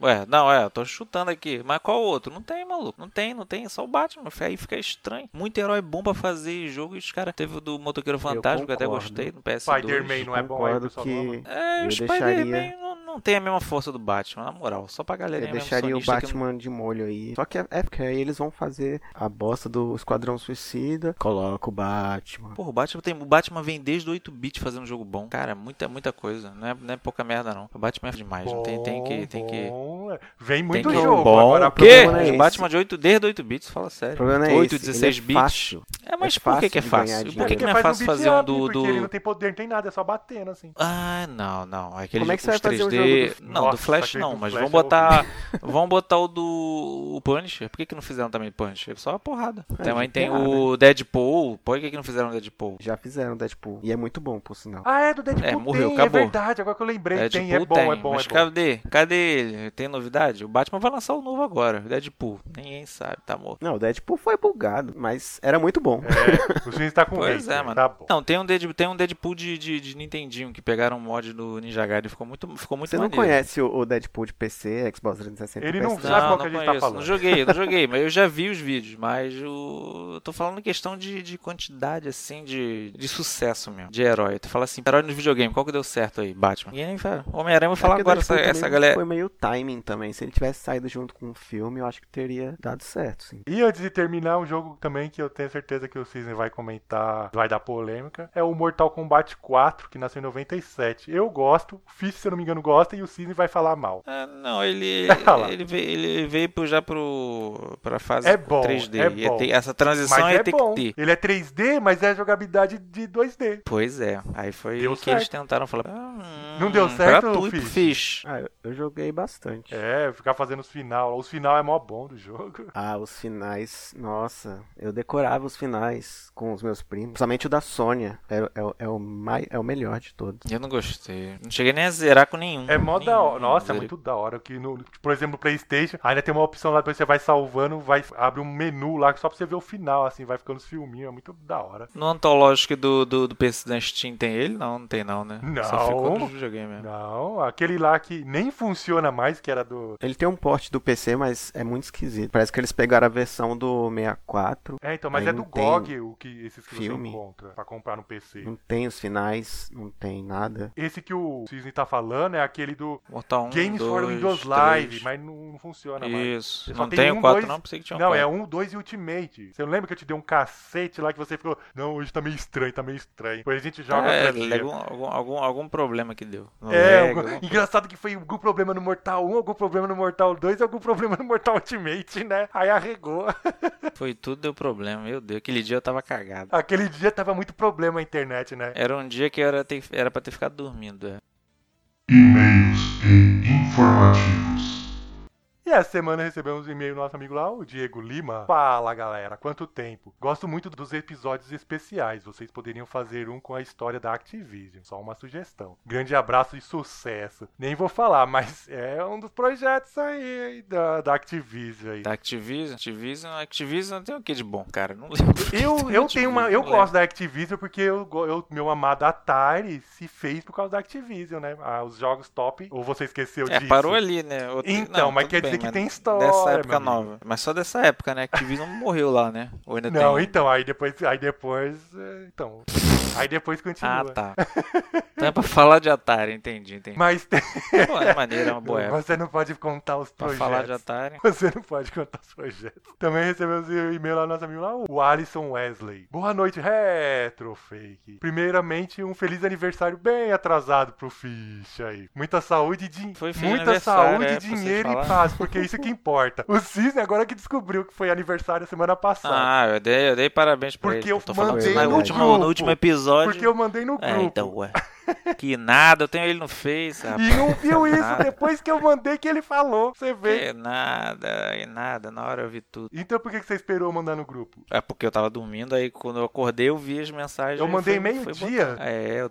Speaker 3: Ué, não, é, eu tô chutando aqui. Mas qual outro? Não tem, maluco. Não tem, não tem. Só o Batman. Aí fica estranho. Muito herói bom pra fazer jogo e os caras. Teve o do Motoqueiro Fantástico, que eu até
Speaker 4: concordo.
Speaker 3: gostei, no PS2.
Speaker 2: Spider-Man não é bom aí,
Speaker 4: Concordo
Speaker 2: pessoal. não ama.
Speaker 4: que
Speaker 3: É,
Speaker 4: Eu
Speaker 3: o
Speaker 4: deixaria-
Speaker 3: Spider-Man não, não tem a mesma força do Batman, na moral. Só pra
Speaker 2: É,
Speaker 3: galera
Speaker 2: né,
Speaker 4: eu deixaria o Batman de molho aí. Só que é é porque aí eles vão fazer a bosta do Esquadrão Suicida. Coloca o Batman.
Speaker 3: Porra, o Batman, tem, o Batman vem desde o 8-bit fazendo jogo bom. Cara, muita, muita coisa. Não é, não é pouca merda, não. O Batman é demais. não tem, tem que. Tem que...
Speaker 2: Bom, é. Vem
Speaker 3: Tem
Speaker 2: muito
Speaker 3: que
Speaker 2: jogo.
Speaker 3: bom.
Speaker 2: Agora,
Speaker 3: o
Speaker 4: o
Speaker 3: quê?
Speaker 4: problema é esse.
Speaker 3: o Batman de 8 desde 8 bits, fala
Speaker 4: O
Speaker 3: sério.
Speaker 4: problema é
Speaker 3: 8,
Speaker 4: esse.
Speaker 3: 16
Speaker 4: ele é
Speaker 3: bits.
Speaker 4: fácil.
Speaker 3: É, mas
Speaker 4: É
Speaker 3: por que,
Speaker 4: fácil
Speaker 3: que é
Speaker 4: de ganhar
Speaker 3: fácil? E Por
Speaker 4: dinheiro.
Speaker 3: que,
Speaker 2: Porque
Speaker 3: que não é
Speaker 2: faz
Speaker 3: fácil
Speaker 2: beat
Speaker 3: fazer um
Speaker 2: up,
Speaker 3: do.
Speaker 2: Porque ele não
Speaker 3: do...
Speaker 2: tem poder, não tem nada, é só batendo, assim.
Speaker 3: Ah, não, não. Aquele
Speaker 4: Como é que
Speaker 3: jogo-
Speaker 4: você
Speaker 3: os
Speaker 4: vai
Speaker 3: 3D.
Speaker 4: fazer o jogo
Speaker 2: do-
Speaker 3: Não,
Speaker 2: Nossa,
Speaker 3: do Flash
Speaker 2: aquele
Speaker 3: não,
Speaker 2: do
Speaker 3: mas
Speaker 2: Flash
Speaker 3: vão
Speaker 2: é
Speaker 3: botar. vão botar o do. O Punisher. Por que, que não fizeram também o Punisher? Só uma porrada. também
Speaker 4: de
Speaker 3: tem
Speaker 4: piada,
Speaker 3: o Deadpool. Por que, que não fizeram o Deadpool?
Speaker 4: Já fizeram Deadpool. E é muito bom, por sinal.
Speaker 2: Ah, é do Deadpool.
Speaker 3: É, morreu,
Speaker 2: tem,
Speaker 3: acabou.
Speaker 2: É verdade, agora que eu lembrei.
Speaker 3: Deadpool
Speaker 2: tem, é bom, é bom,
Speaker 3: mas
Speaker 2: é bom.
Speaker 3: cadê? Cadê ele? Tem no novidade? O Batman vai lançar o novo agora, Deadpool. Ninguém sabe, tá morto.
Speaker 4: Não, o Deadpool foi bugado, mas era muito bom.
Speaker 2: É, o Cisne tá com
Speaker 3: Pois
Speaker 2: hater,
Speaker 3: é, mano.
Speaker 2: Tá bom.
Speaker 3: Não, tem um, Dead, tem um Deadpool de, de, de Nintendinho que pegaram um mod do Ninja Gaiden e ficou muito, ficou muito
Speaker 4: Você não
Speaker 3: maneiro.
Speaker 4: conhece o o Deadpool de PC, Xbox 360
Speaker 2: Ele
Speaker 4: PS3?
Speaker 2: não sabe
Speaker 3: Não,
Speaker 2: qual
Speaker 3: não
Speaker 2: que a gente tá
Speaker 3: conheço.
Speaker 2: falando.
Speaker 3: Não joguei, não joguei, mas eu já vi os vídeos. Mas o... eu tô falando em questão de, de quantidade, assim, de, de sucesso mesmo, de herói. Tu fala assim, herói no videogame, qual que deu certo aí? Batman. Ninguém nem fala. Homem-Aranha, eu vou falar
Speaker 4: É que o
Speaker 3: agora essa,
Speaker 4: Deadpool
Speaker 3: essa
Speaker 4: também
Speaker 3: galera.
Speaker 4: Foi meio timing também. Se ele tivesse saído junto com o filme, eu acho que teria dado certo, sim.
Speaker 2: E antes de terminar, um jogo também que eu tenho certeza que o Cisne vai comentar, vai dar polêmica, é o Mortal Kombat 4, que nasceu em 97. Eu gosto, o Fitch, se eu não me engano, gosta, e o Cisne vai falar mal.
Speaker 3: Ah, não, ele,
Speaker 2: Olha lá.
Speaker 3: ele veio, ele veio pro- já pro, pra fase
Speaker 2: É bom,
Speaker 3: 3D.
Speaker 2: é
Speaker 3: Ia
Speaker 2: bom.
Speaker 3: ter- essa transição
Speaker 2: Mas
Speaker 3: ia
Speaker 2: é
Speaker 3: ter
Speaker 2: bom.
Speaker 3: que ter.
Speaker 2: Ele é 3D, mas é jogabilidade de 2D.
Speaker 3: Pois é, aí foi
Speaker 2: Deu
Speaker 3: o que eles
Speaker 2: certo.
Speaker 3: tentaram falar. "Ah,
Speaker 2: Não deu
Speaker 3: hum,
Speaker 2: certo,
Speaker 3: pra tu e pro
Speaker 2: Fish?
Speaker 3: Fish.
Speaker 4: Ah, eu, eu joguei bastante.
Speaker 2: É, ficar fazendo os final. Os final é mó bom do jogo.
Speaker 4: Ah, os finais. Nossa, eu decorava os finais com os meus primos. Principalmente o da Sônia. É, é o- é o, mai, é o melhor de todos.
Speaker 3: Eu não gostei. Não cheguei nem a zerar com nenhum.
Speaker 2: É mó
Speaker 3: Nenhum,
Speaker 2: da hora. Nossa, é
Speaker 3: zerei.
Speaker 2: muito da hora. Que no, por exemplo, no Playstation, ainda tem uma opção lá, depois você vai salvando, vai abre um menu lá só pra você ver o final, assim, vai ficando os filminhos, é muito da hora.
Speaker 3: No antológico do, do, do PC da Steam tem ele? Não, não tem não, né?
Speaker 2: Não.
Speaker 3: Só ficou no videogame
Speaker 4: É.
Speaker 3: é. mesmo.
Speaker 2: Não, aquele lá que nem funciona mais, que era do.
Speaker 4: Ele tem um porte do PC, mas é muito esquisito. Parece que eles pegaram a versão do 64.
Speaker 2: É, então, mas
Speaker 4: Aí
Speaker 2: é
Speaker 4: não
Speaker 2: do
Speaker 4: tem
Speaker 2: GOG o que esses que
Speaker 4: filme. Hum.
Speaker 2: você encontra pra comprar no PC.
Speaker 4: Não tem os finais, não tem nada.
Speaker 2: Esse que o Cisne tá falando é aquele do
Speaker 4: Um,
Speaker 3: Mortal 1,
Speaker 2: Games
Speaker 3: dois,
Speaker 2: for Windows
Speaker 3: três.
Speaker 2: Live, mas não, não funciona mais.
Speaker 3: Isso.
Speaker 2: Só
Speaker 3: Não
Speaker 2: tem
Speaker 3: tem
Speaker 2: um,
Speaker 3: o 4
Speaker 2: dois-
Speaker 3: não, pensei que tinha um
Speaker 2: Não, é
Speaker 3: quatro.
Speaker 2: um, dois e Ultimate. Você não lembra que eu te dei um cacete lá que você ficou, não, hoje tá meio estranho, tá meio estranho. Depois a gente joga
Speaker 3: É,
Speaker 2: outro um dia.
Speaker 3: algum, algum, algum, algum problema que deu. Não
Speaker 2: É,
Speaker 3: lag,
Speaker 2: algum-
Speaker 3: algum-
Speaker 2: engraçado que foi algum problema no Mortal 1, algum problema no Mortal 2, algum problema no Mortal Ultimate, né? Aí arregou.
Speaker 3: Foi tudo deu problema. Meu Deus, aquele dia eu tava cagado.
Speaker 2: Aquele dia tava muito problema a internet, né?
Speaker 3: Era um dia que eu era, ter, era pra ter ficado dormindo. é.
Speaker 1: E-mails e informativos.
Speaker 2: E essa semana recebemos um e-mail do nosso amigo lá, o Diego Lima. Fala galera, quanto tempo? Gosto muito dos episódios especiais, vocês poderiam fazer um com a história da Activision, só uma sugestão. Grande abraço e sucesso. Nem vou falar, mas é um dos projetos aí da, da Activision aí.
Speaker 3: Da Activision, Activision, Activision tem o que de bom, cara? Não lembro.
Speaker 2: Eu, eu tenho uma. Eu
Speaker 3: Não lembro.
Speaker 2: gosto da Activision porque eu, go- eu- meu amado Atari se fez por causa da Activision, né? Ah, os jogos top. Ou você esqueceu
Speaker 3: É,
Speaker 2: disso?
Speaker 3: parou ali, né? Outro-
Speaker 2: Então,
Speaker 3: não,
Speaker 2: mas
Speaker 3: tudo
Speaker 2: quer
Speaker 3: bem,
Speaker 2: dizer que
Speaker 3: mas
Speaker 2: tem história,
Speaker 3: Dessa época
Speaker 2: meu amigo.
Speaker 3: nova. Mas só dessa época, né? Activision não morreu lá, né? Ou ainda
Speaker 2: Não,
Speaker 3: tem...
Speaker 2: então, aí depois. Aí depois. eh, Então. Aí depois continua.
Speaker 3: Ah, tá. Então é pra falar de Atari, entendi, entendi.
Speaker 2: Mas tem-
Speaker 3: Pô, é maneiro, é uma boa época.
Speaker 2: você não pode contar os
Speaker 3: Pra
Speaker 2: projetos.
Speaker 3: falar de Atari.
Speaker 2: Você não pode contar os projetos. Também recebemos o e-mail lá do nosso amigo lá, o Alisson Wesley. Boa noite, Retrofake. Primeiramente, um feliz aniversário bem atrasado pro Fish aí. Muita saúde e din-
Speaker 3: Foi feliz
Speaker 2: Muita
Speaker 3: aniversário,
Speaker 2: saúde,
Speaker 3: é, pra vocês
Speaker 2: dinheiro e
Speaker 3: falar.
Speaker 2: paz, porque é isso que importa. O Cisne agora que descobriu que foi aniversário semana passada.
Speaker 3: Ah, eu dei, eu dei parabéns pra
Speaker 2: Porque
Speaker 3: ele.
Speaker 2: eu
Speaker 3: Tô falando
Speaker 4: mandei
Speaker 3: isso na
Speaker 4: no
Speaker 3: última-
Speaker 2: grupo.
Speaker 3: no último episódio.
Speaker 2: porque eu mandei no grupo.
Speaker 3: É, então, ué. Que nada, eu tenho ele no Face, rapaz.
Speaker 2: E não viu isso
Speaker 3: tá Nada.
Speaker 2: depois que eu mandei que ele falou. Você vê.
Speaker 3: Que nada, e nada, na hora eu vi tudo.
Speaker 2: Então por que que você esperou eu mandar no grupo?
Speaker 3: É porque eu tava dormindo, aí quando eu acordei eu vi as mensagens.
Speaker 2: Eu
Speaker 3: e
Speaker 2: mandei
Speaker 3: foi- foi
Speaker 2: meio-dia.
Speaker 3: bom. É, eu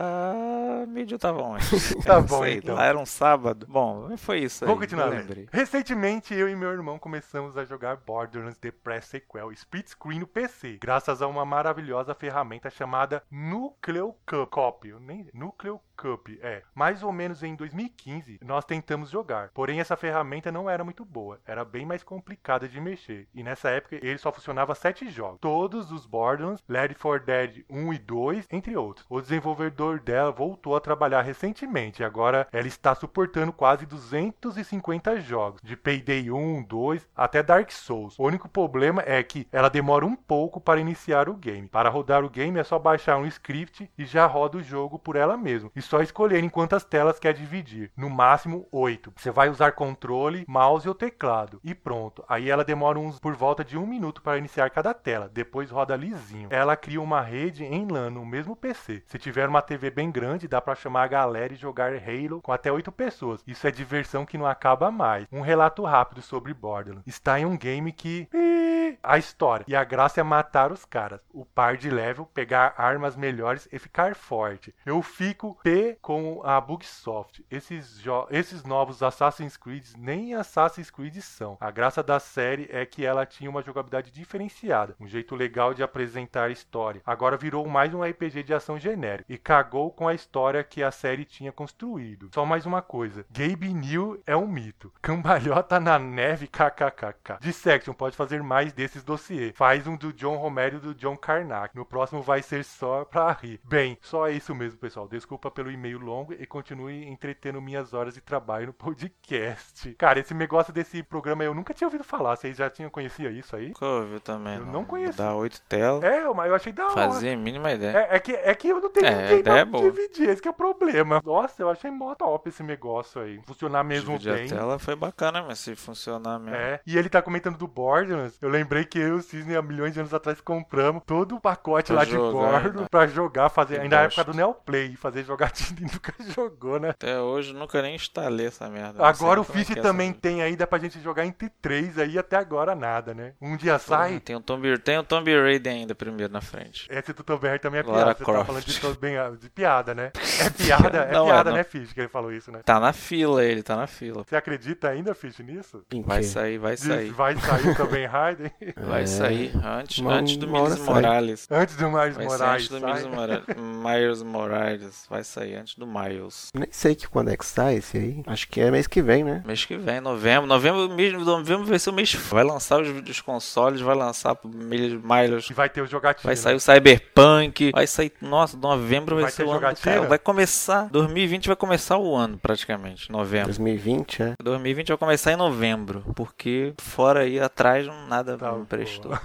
Speaker 3: tava. Meio dia eu tava onde?
Speaker 2: Tá
Speaker 3: Eu não
Speaker 2: bom,
Speaker 3: sei,
Speaker 2: então.
Speaker 3: Lá era um sábado. Bom, foi isso aí.
Speaker 2: Vou continuar né?
Speaker 3: eu
Speaker 2: lendo.
Speaker 3: lembrei.
Speaker 2: Recentemente, eu e meu irmão começamos a jogar Borderlands The Press Sequel Split Screen no PC, graças a uma maravilhosa ferramenta chamada Nucleo Cup. Copy, eu nem... Nucleo Cup, é. Mais ou menos em 2015, nós tentamos jogar. Porém, essa ferramenta não era muito boa. Era bem mais complicada de mexer. E nessa época, ele só funcionava sete jogos. Todos os Borderlands, Left 4 Dead 1 e 2, entre outros. O desenvolvedor dela voltou a trabalhar recentemente. e Agora, ela está suportando quase 250 jogos, de Payday 1, 2 até Dark Souls. O único problema é que ela demora um pouco para iniciar o game. Para rodar o game é só baixar um script e já roda o jogo por ela mesma. E só escolher em quantas telas quer dividir. No máximo 8. Você vai usar controle, mouse ou teclado. E pronto. Aí ela demora uns por volta de um minuto para iniciar cada tela. Depois roda lisinho. Ela cria uma rede em LAN no mesmo PC. Se tiver uma TV bem grande, dá para chamar a galera e jogar Halo com até 8 pessoas. Isso é diversão que não acaba mais. Um relato rápido sobre Borderlands. Está em um game que. Ih, a história. E a graça é matar os caras. O par de level, pegar armas melhores e ficar forte. Eu fico P com a Bugsoft. Esses, jo- esses novos Assassin's Creed nem Assassin's Creed são. A graça da série é que ela tinha uma jogabilidade diferenciada, um jeito legal de apresentar história. Agora virou mais um RPG de ação genérico e cagou com a história que a série tinha construído. Só mais uma coisa: Gabe New é um mito. Cambalhota na neve, kkkk. Dissection pode fazer mais desses dossiê. Faz um do John Romero e do John Karnak. No próximo vai ser só pra rir. Bem, só é isso mesmo, pessoal. Desculpa pelo e-mail longo e continue entretendo minhas horas de trabalho no podcast. Cara, esse negócio desse programa eu nunca tinha ouvido falar. Vocês já tinham conhecia isso aí?
Speaker 3: Nunca ouvi também.
Speaker 2: Eu não conheço.
Speaker 3: Dá oito telas.
Speaker 2: É, mas eu achei da hora.
Speaker 3: Fazia a mínima ideia.
Speaker 2: É, é que, é que eu não tenho
Speaker 3: É, a
Speaker 2: ninguém pra
Speaker 3: ideia é boa.
Speaker 2: dividir, esse que é o problema. Nossa, eu achei mó top esse negócio aí. Funcionar é mesmo
Speaker 3: Dividir
Speaker 2: bem.
Speaker 3: a tela né? foi bacana, mas se funcionar mesmo.
Speaker 2: É, e ele tá comentando do Borderlands. Eu lembrei que eu e o Cisne, há milhões de anos atrás, compramos todo o pacote
Speaker 3: Pra
Speaker 2: lá de
Speaker 3: jogar,
Speaker 2: Bordo
Speaker 3: né?
Speaker 2: pra jogar, fazer.
Speaker 3: Eu
Speaker 2: Ainda na
Speaker 3: gosto.
Speaker 2: época do Neoplay, fazer jogatina e nunca jogou, né?
Speaker 3: Até hoje nunca nem instalei essa merda. Não sei
Speaker 2: Agora o
Speaker 3: como é
Speaker 2: Fish
Speaker 3: que é essa
Speaker 2: também
Speaker 3: vida.
Speaker 2: tem aí, dá pra gente jogar entre três aí, até agora nada, né? Um dia sai.
Speaker 3: Porra, Tem o Tomb, tem o Tomb Raider ainda primeiro na frente.
Speaker 2: Esse do Tom Berry também é
Speaker 3: Lara
Speaker 2: piada. Você tá
Speaker 3: Croft.
Speaker 2: falando de, Tom Berry- de piada, né? É piada, é
Speaker 3: Não, é,
Speaker 2: piada,
Speaker 3: não.
Speaker 2: né, Fish, que ele falou isso, né?
Speaker 3: Tá na fila ele, tá na fila.
Speaker 2: Você acredita ainda, Fish, nisso?
Speaker 4: Em
Speaker 3: Vai
Speaker 4: quê?
Speaker 3: sair, vai
Speaker 2: De-
Speaker 3: sair.
Speaker 2: Vai sair também Raiden?
Speaker 3: Vai
Speaker 4: É.
Speaker 3: sair antes,
Speaker 4: Uma-
Speaker 3: antes do
Speaker 4: uma hora
Speaker 3: Miles
Speaker 4: sai.
Speaker 3: Morales.
Speaker 2: Antes do Miles
Speaker 3: Vai
Speaker 2: Moraes.
Speaker 3: sair antes do
Speaker 2: sai.
Speaker 3: Miles Morales. Miles Morales. Vai sair antes do Miles.
Speaker 4: Nem sei que quando é que sai esse aí. Acho que é mês que vem, né?
Speaker 3: Mês que vem, novembro. Novembro, mês- novembro vai ser o mês. Vai lançar os, os consoles, vai lançar pro Miles. Miles.
Speaker 2: E vai ter né? o jogatinho.
Speaker 3: Vai sair o Cyberpunk, vai sair. Nossa, novembro vai,
Speaker 2: Vai
Speaker 3: ser
Speaker 2: ter
Speaker 3: o ano. do
Speaker 2: jogatina?
Speaker 3: cara. Vai começar. 2020 vai começar o ano, praticamente. Novembro.
Speaker 4: 2020, é.
Speaker 3: 2020 vai começar em novembro, porque fora aí atrás não- nada
Speaker 2: Tá
Speaker 3: me prestou.
Speaker 2: boa.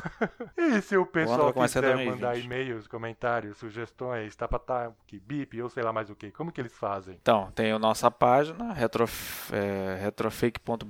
Speaker 2: E se o
Speaker 3: O ano
Speaker 2: pessoal
Speaker 3: vai começar em
Speaker 2: quiser
Speaker 3: 2020.
Speaker 2: mandar e-mails, comentários, sugestões, tapataque, bip, eu sei lá mais o que, como que eles fazem?
Speaker 3: Então, tem a nossa página, retrof- é,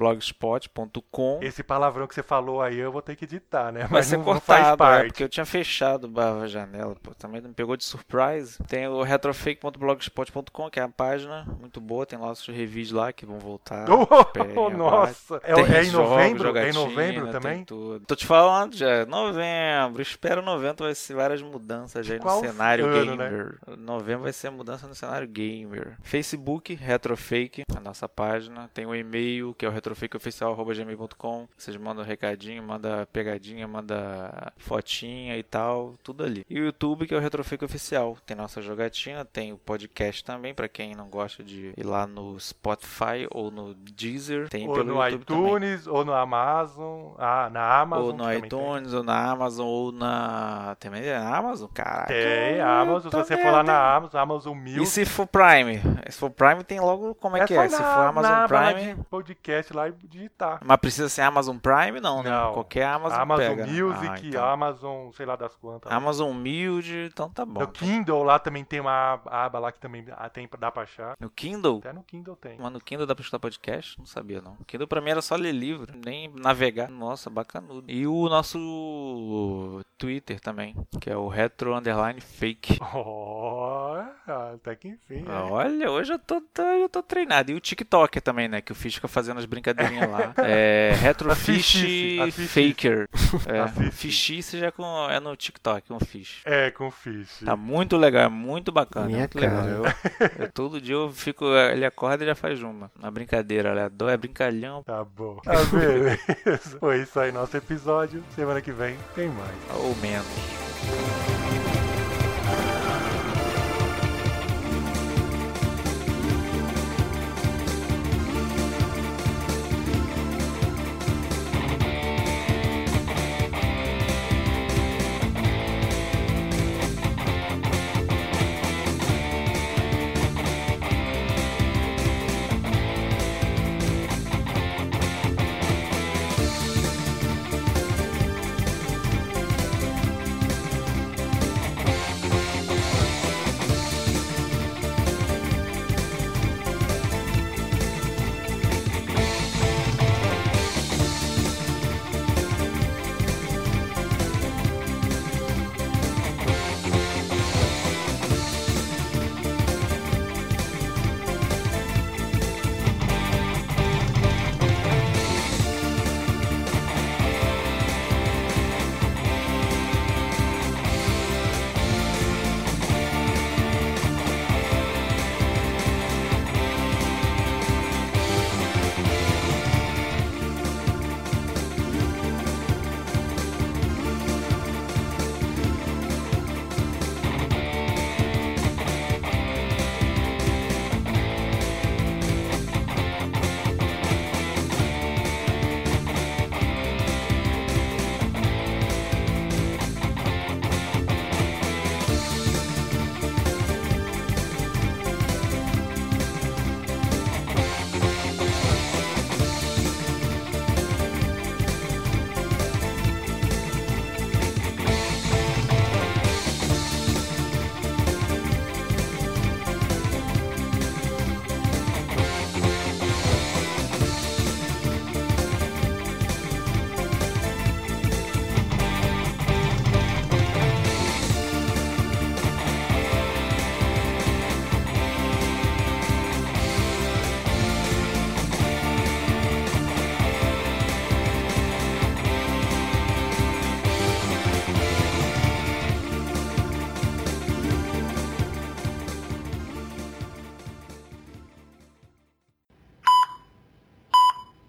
Speaker 3: retrofake.blogspot.com.
Speaker 2: Esse palavrão que você falou aí eu vou ter que editar, né?
Speaker 3: Vai
Speaker 2: Mas
Speaker 3: ser
Speaker 2: não, não faz
Speaker 3: cortado, é,
Speaker 2: parte.
Speaker 3: porque eu tinha fechado barra janela, pô, também me pegou de surprise. Tem o retrofake.blogspot.com, que é a página muito boa, tem lá os reviews lá que vão voltar. Pé,
Speaker 2: Oh, nossa! É,
Speaker 3: Tem
Speaker 2: é em
Speaker 3: jogos,
Speaker 2: novembro? é em
Speaker 3: jogatina,
Speaker 2: novembro
Speaker 3: tem
Speaker 2: também?
Speaker 3: tudo. Tô te falando, já é novembro. Espero novembro vai ser várias mudanças aí
Speaker 2: Qual
Speaker 3: no cenário
Speaker 2: ano, né?
Speaker 3: gamer. Novembro vai ser mudança no cenário gamer. Facebook, Retrofake, a nossa página. Tem o e-mail, que é o retrofakeoficial.gmail.com. Vocês mandam um recadinho, manda pegadinha, manda fotinha e tal, tudo ali. E o YouTube, que é o Retrofake Oficial. Tem nossa jogatina, tem o podcast também, pra quem não gosta de ir lá no Spotify ou no Deezer. Tem
Speaker 2: Ou
Speaker 3: pelo
Speaker 2: no
Speaker 3: YouTube também
Speaker 2: iTunes, ou no Amazon, ah, na Amazon.
Speaker 3: ou no
Speaker 2: também
Speaker 3: iTunes, ou na Amazon, ou na. Também é na Amazon, caraca.
Speaker 2: Tem, tem Amazon, se
Speaker 3: Puta
Speaker 2: você for lá
Speaker 3: tá merda.
Speaker 2: na Amazon, Amazon Music.
Speaker 3: E se for Prime? Se for Prime, tem logo como é, que
Speaker 2: só
Speaker 3: é. Se for
Speaker 2: na-
Speaker 3: Amazon
Speaker 2: na aba lá
Speaker 3: Prime.
Speaker 2: de podcast lá e digitar.
Speaker 3: Mas precisa ser Amazon Prime,
Speaker 2: Não.
Speaker 3: não, né? Qualquer Amazon,
Speaker 2: Amazon
Speaker 3: pega. né?
Speaker 2: Music,
Speaker 3: Ah, então.
Speaker 2: Amazon, sei lá das quantas.
Speaker 3: Amazon Humilde, então tá bom.
Speaker 2: no Kindle lá também tem uma ab- aba lá que também ah, tem, dá pra achar.
Speaker 3: No Kindle?
Speaker 2: Até no Kindle tem.
Speaker 3: Mas no Kindle dá pra escutar podcast? Não sabia, não. O Kindle pra mim era só ler livro, nem navegar. Nossa, bacanudo. E o nosso Twitter também, que é o Retro Underline Fake.
Speaker 2: Oh, até que enfim.
Speaker 3: Ah,
Speaker 2: né?
Speaker 3: Olha, hoje eu tô, tô- eu tô treinado. E o TikTok também, né? Que o Fish fica fazendo as brincadeirinhas lá. É
Speaker 2: Assistice,
Speaker 3: Retrofish
Speaker 2: assistice.
Speaker 3: Faker. É,
Speaker 2: Assistice.
Speaker 3: Fishice já é com, é no TikTok, um Fish.
Speaker 2: É, com fish.
Speaker 3: Tá muito legal, é muito bacana.
Speaker 4: Minha
Speaker 3: é muito
Speaker 4: cara.
Speaker 3: legal. Eu, eu todo dia eu fico. Ele acorda e já faz uma. Uma brincadeira, aleatória, é brincalhão.
Speaker 2: Tá bom. Tá beleza. Foi isso aí, nosso episódio. Semana que vem tem mais.
Speaker 3: Ou menos.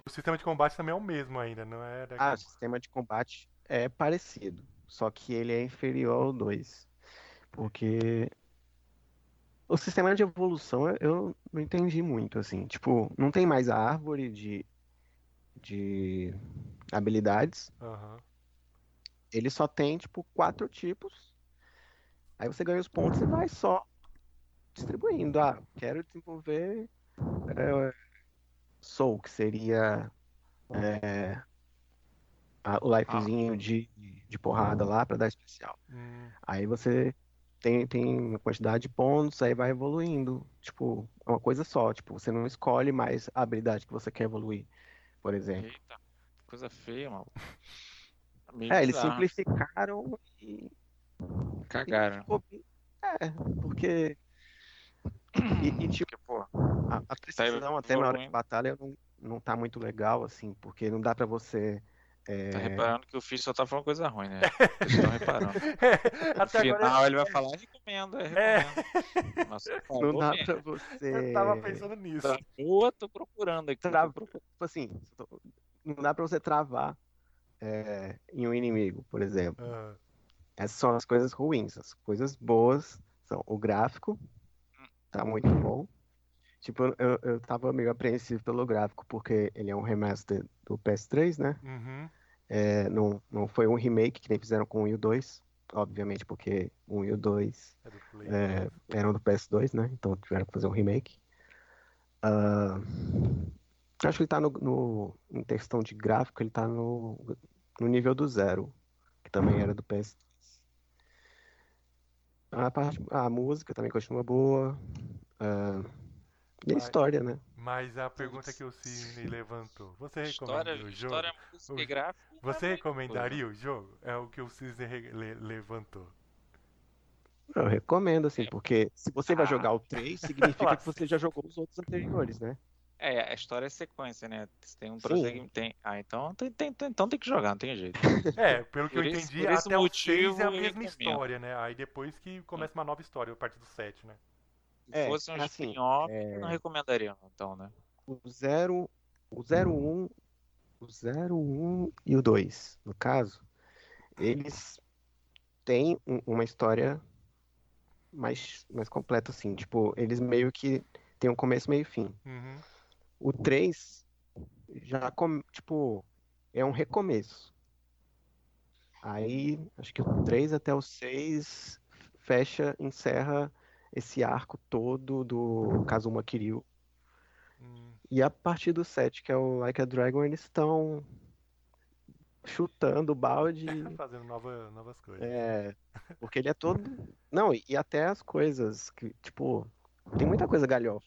Speaker 2: sistema de combate também é o mesmo ainda, não é? da-
Speaker 5: Ah, o sistema de combate é parecido, só que ele é inferior ao 2. Porque o sistema de evolução eu- eu não entendi muito, assim. Tipo, não tem mais a árvore de, de habilidades.
Speaker 2: Aham.
Speaker 5: Ele só tem, tipo, quatro tipos. Aí você ganha os pontos e vai só distribuindo. Ah, quero desenvolver é, Soul, que seria é, a- o lifezinho de, de porrada lá pra dar especial.
Speaker 2: Hum,
Speaker 5: Aí você tem, tem uma quantidade de pontos, aí vai evoluindo. Tipo, é uma coisa só. Tipo, você não escolhe mais a habilidade que você quer evoluir, por exemplo.
Speaker 6: Eita, coisa feia, maluco. Meio
Speaker 5: É, eles
Speaker 6: bizarro.
Speaker 5: simplificaram e
Speaker 6: Cagaram.
Speaker 5: Ficou bem- É, porque. E, e, tipo,
Speaker 6: Porque, pô,
Speaker 5: a, a precisão até na hora de batalha não, não tá muito legal, assim, porque não dá pra você. é,
Speaker 6: tá reparando que o Fish só tá falando coisa ruim, né? Vocês estão reparando. No
Speaker 2: Até
Speaker 6: final
Speaker 5: é
Speaker 2: agora
Speaker 6: ele vai falar, recomendo, é, recomendo. Nossa,
Speaker 5: não
Speaker 6: falou
Speaker 5: dá
Speaker 6: mesmo.
Speaker 5: pra
Speaker 2: eu,
Speaker 5: você.
Speaker 2: tava pensando nisso.
Speaker 6: Tá. Pô, tô procurando aqui.
Speaker 5: Tra- Tipo assim, não dá pra você travar é, em um inimigo, por exemplo.
Speaker 2: Ah,
Speaker 5: Essas são as coisas ruins. As coisas boas são o gráfico, tá muito bom. Tipo, eu- eu, eu tava meio apreensivo pelo gráfico, porque ele é um remaster do PS3, né?
Speaker 2: uhum.
Speaker 5: É, não, não foi um remake que nem fizeram com o 1 e o 2, obviamente, porque o 1 e o 2
Speaker 2: É do Play.
Speaker 5: é, eram do PS2, né? Então tiveram que fazer um remake. Ah, acho que ele tá no, no- Em questão de gráfico, ele tá no, no nível do zero, que também era do PS3. A, parte, a música também continua boa. ah, e a
Speaker 2: Vai.
Speaker 5: história, né?
Speaker 2: Mas a pergunta que o Cisne levantou: Você
Speaker 6: História,
Speaker 2: recomendaria é o jogo?
Speaker 6: história, é música e gráfico.
Speaker 2: Você
Speaker 6: né?
Speaker 2: recomendaria o jogo? É o que o Cisne re- le- levantou.
Speaker 5: Eu recomendo, assim, porque se você vai
Speaker 6: Ah.
Speaker 5: jogar o 3, significa que você já jogou os outros anteriores, né?
Speaker 6: É, a história é sequência, né? Tem um
Speaker 5: Sim.
Speaker 6: prosseguimento. Tem... Ah, então tem, tem- tem- então tem que jogar, não tem jeito.
Speaker 2: É, pelo que eu
Speaker 6: Por esse-
Speaker 2: entendi,
Speaker 6: por esse
Speaker 2: até o 6 é a
Speaker 6: motivo, eu
Speaker 2: mesma
Speaker 6: recomendo.
Speaker 2: história, né? Aí depois que começa uma nova história, a partir do 7, né?
Speaker 5: É,
Speaker 6: Se fosse um
Speaker 5: assim,
Speaker 6: spin-off, eu não recomendaria, não, então, né?
Speaker 5: O 0, o 01, o 01 e o 2, no caso, eles têm um- uma história mais, mais completa, assim. Tipo, eles meio que têm um começo, meio e fim.
Speaker 2: Uhum.
Speaker 5: O 3 já, com- tipo, é um recomeço. Aí, acho que o 3 até o 6 fecha, encerra esse arco todo do Kazuma Kiryu.
Speaker 2: Hum.
Speaker 5: E a partir do 7, que é o Like a Dragon, eles estão chutando o balde.
Speaker 2: tá Fazendo nova, novas coisas.
Speaker 5: é, porque ele é todo. Não, e, e até as coisas que, tipo, tem muita coisa galhofa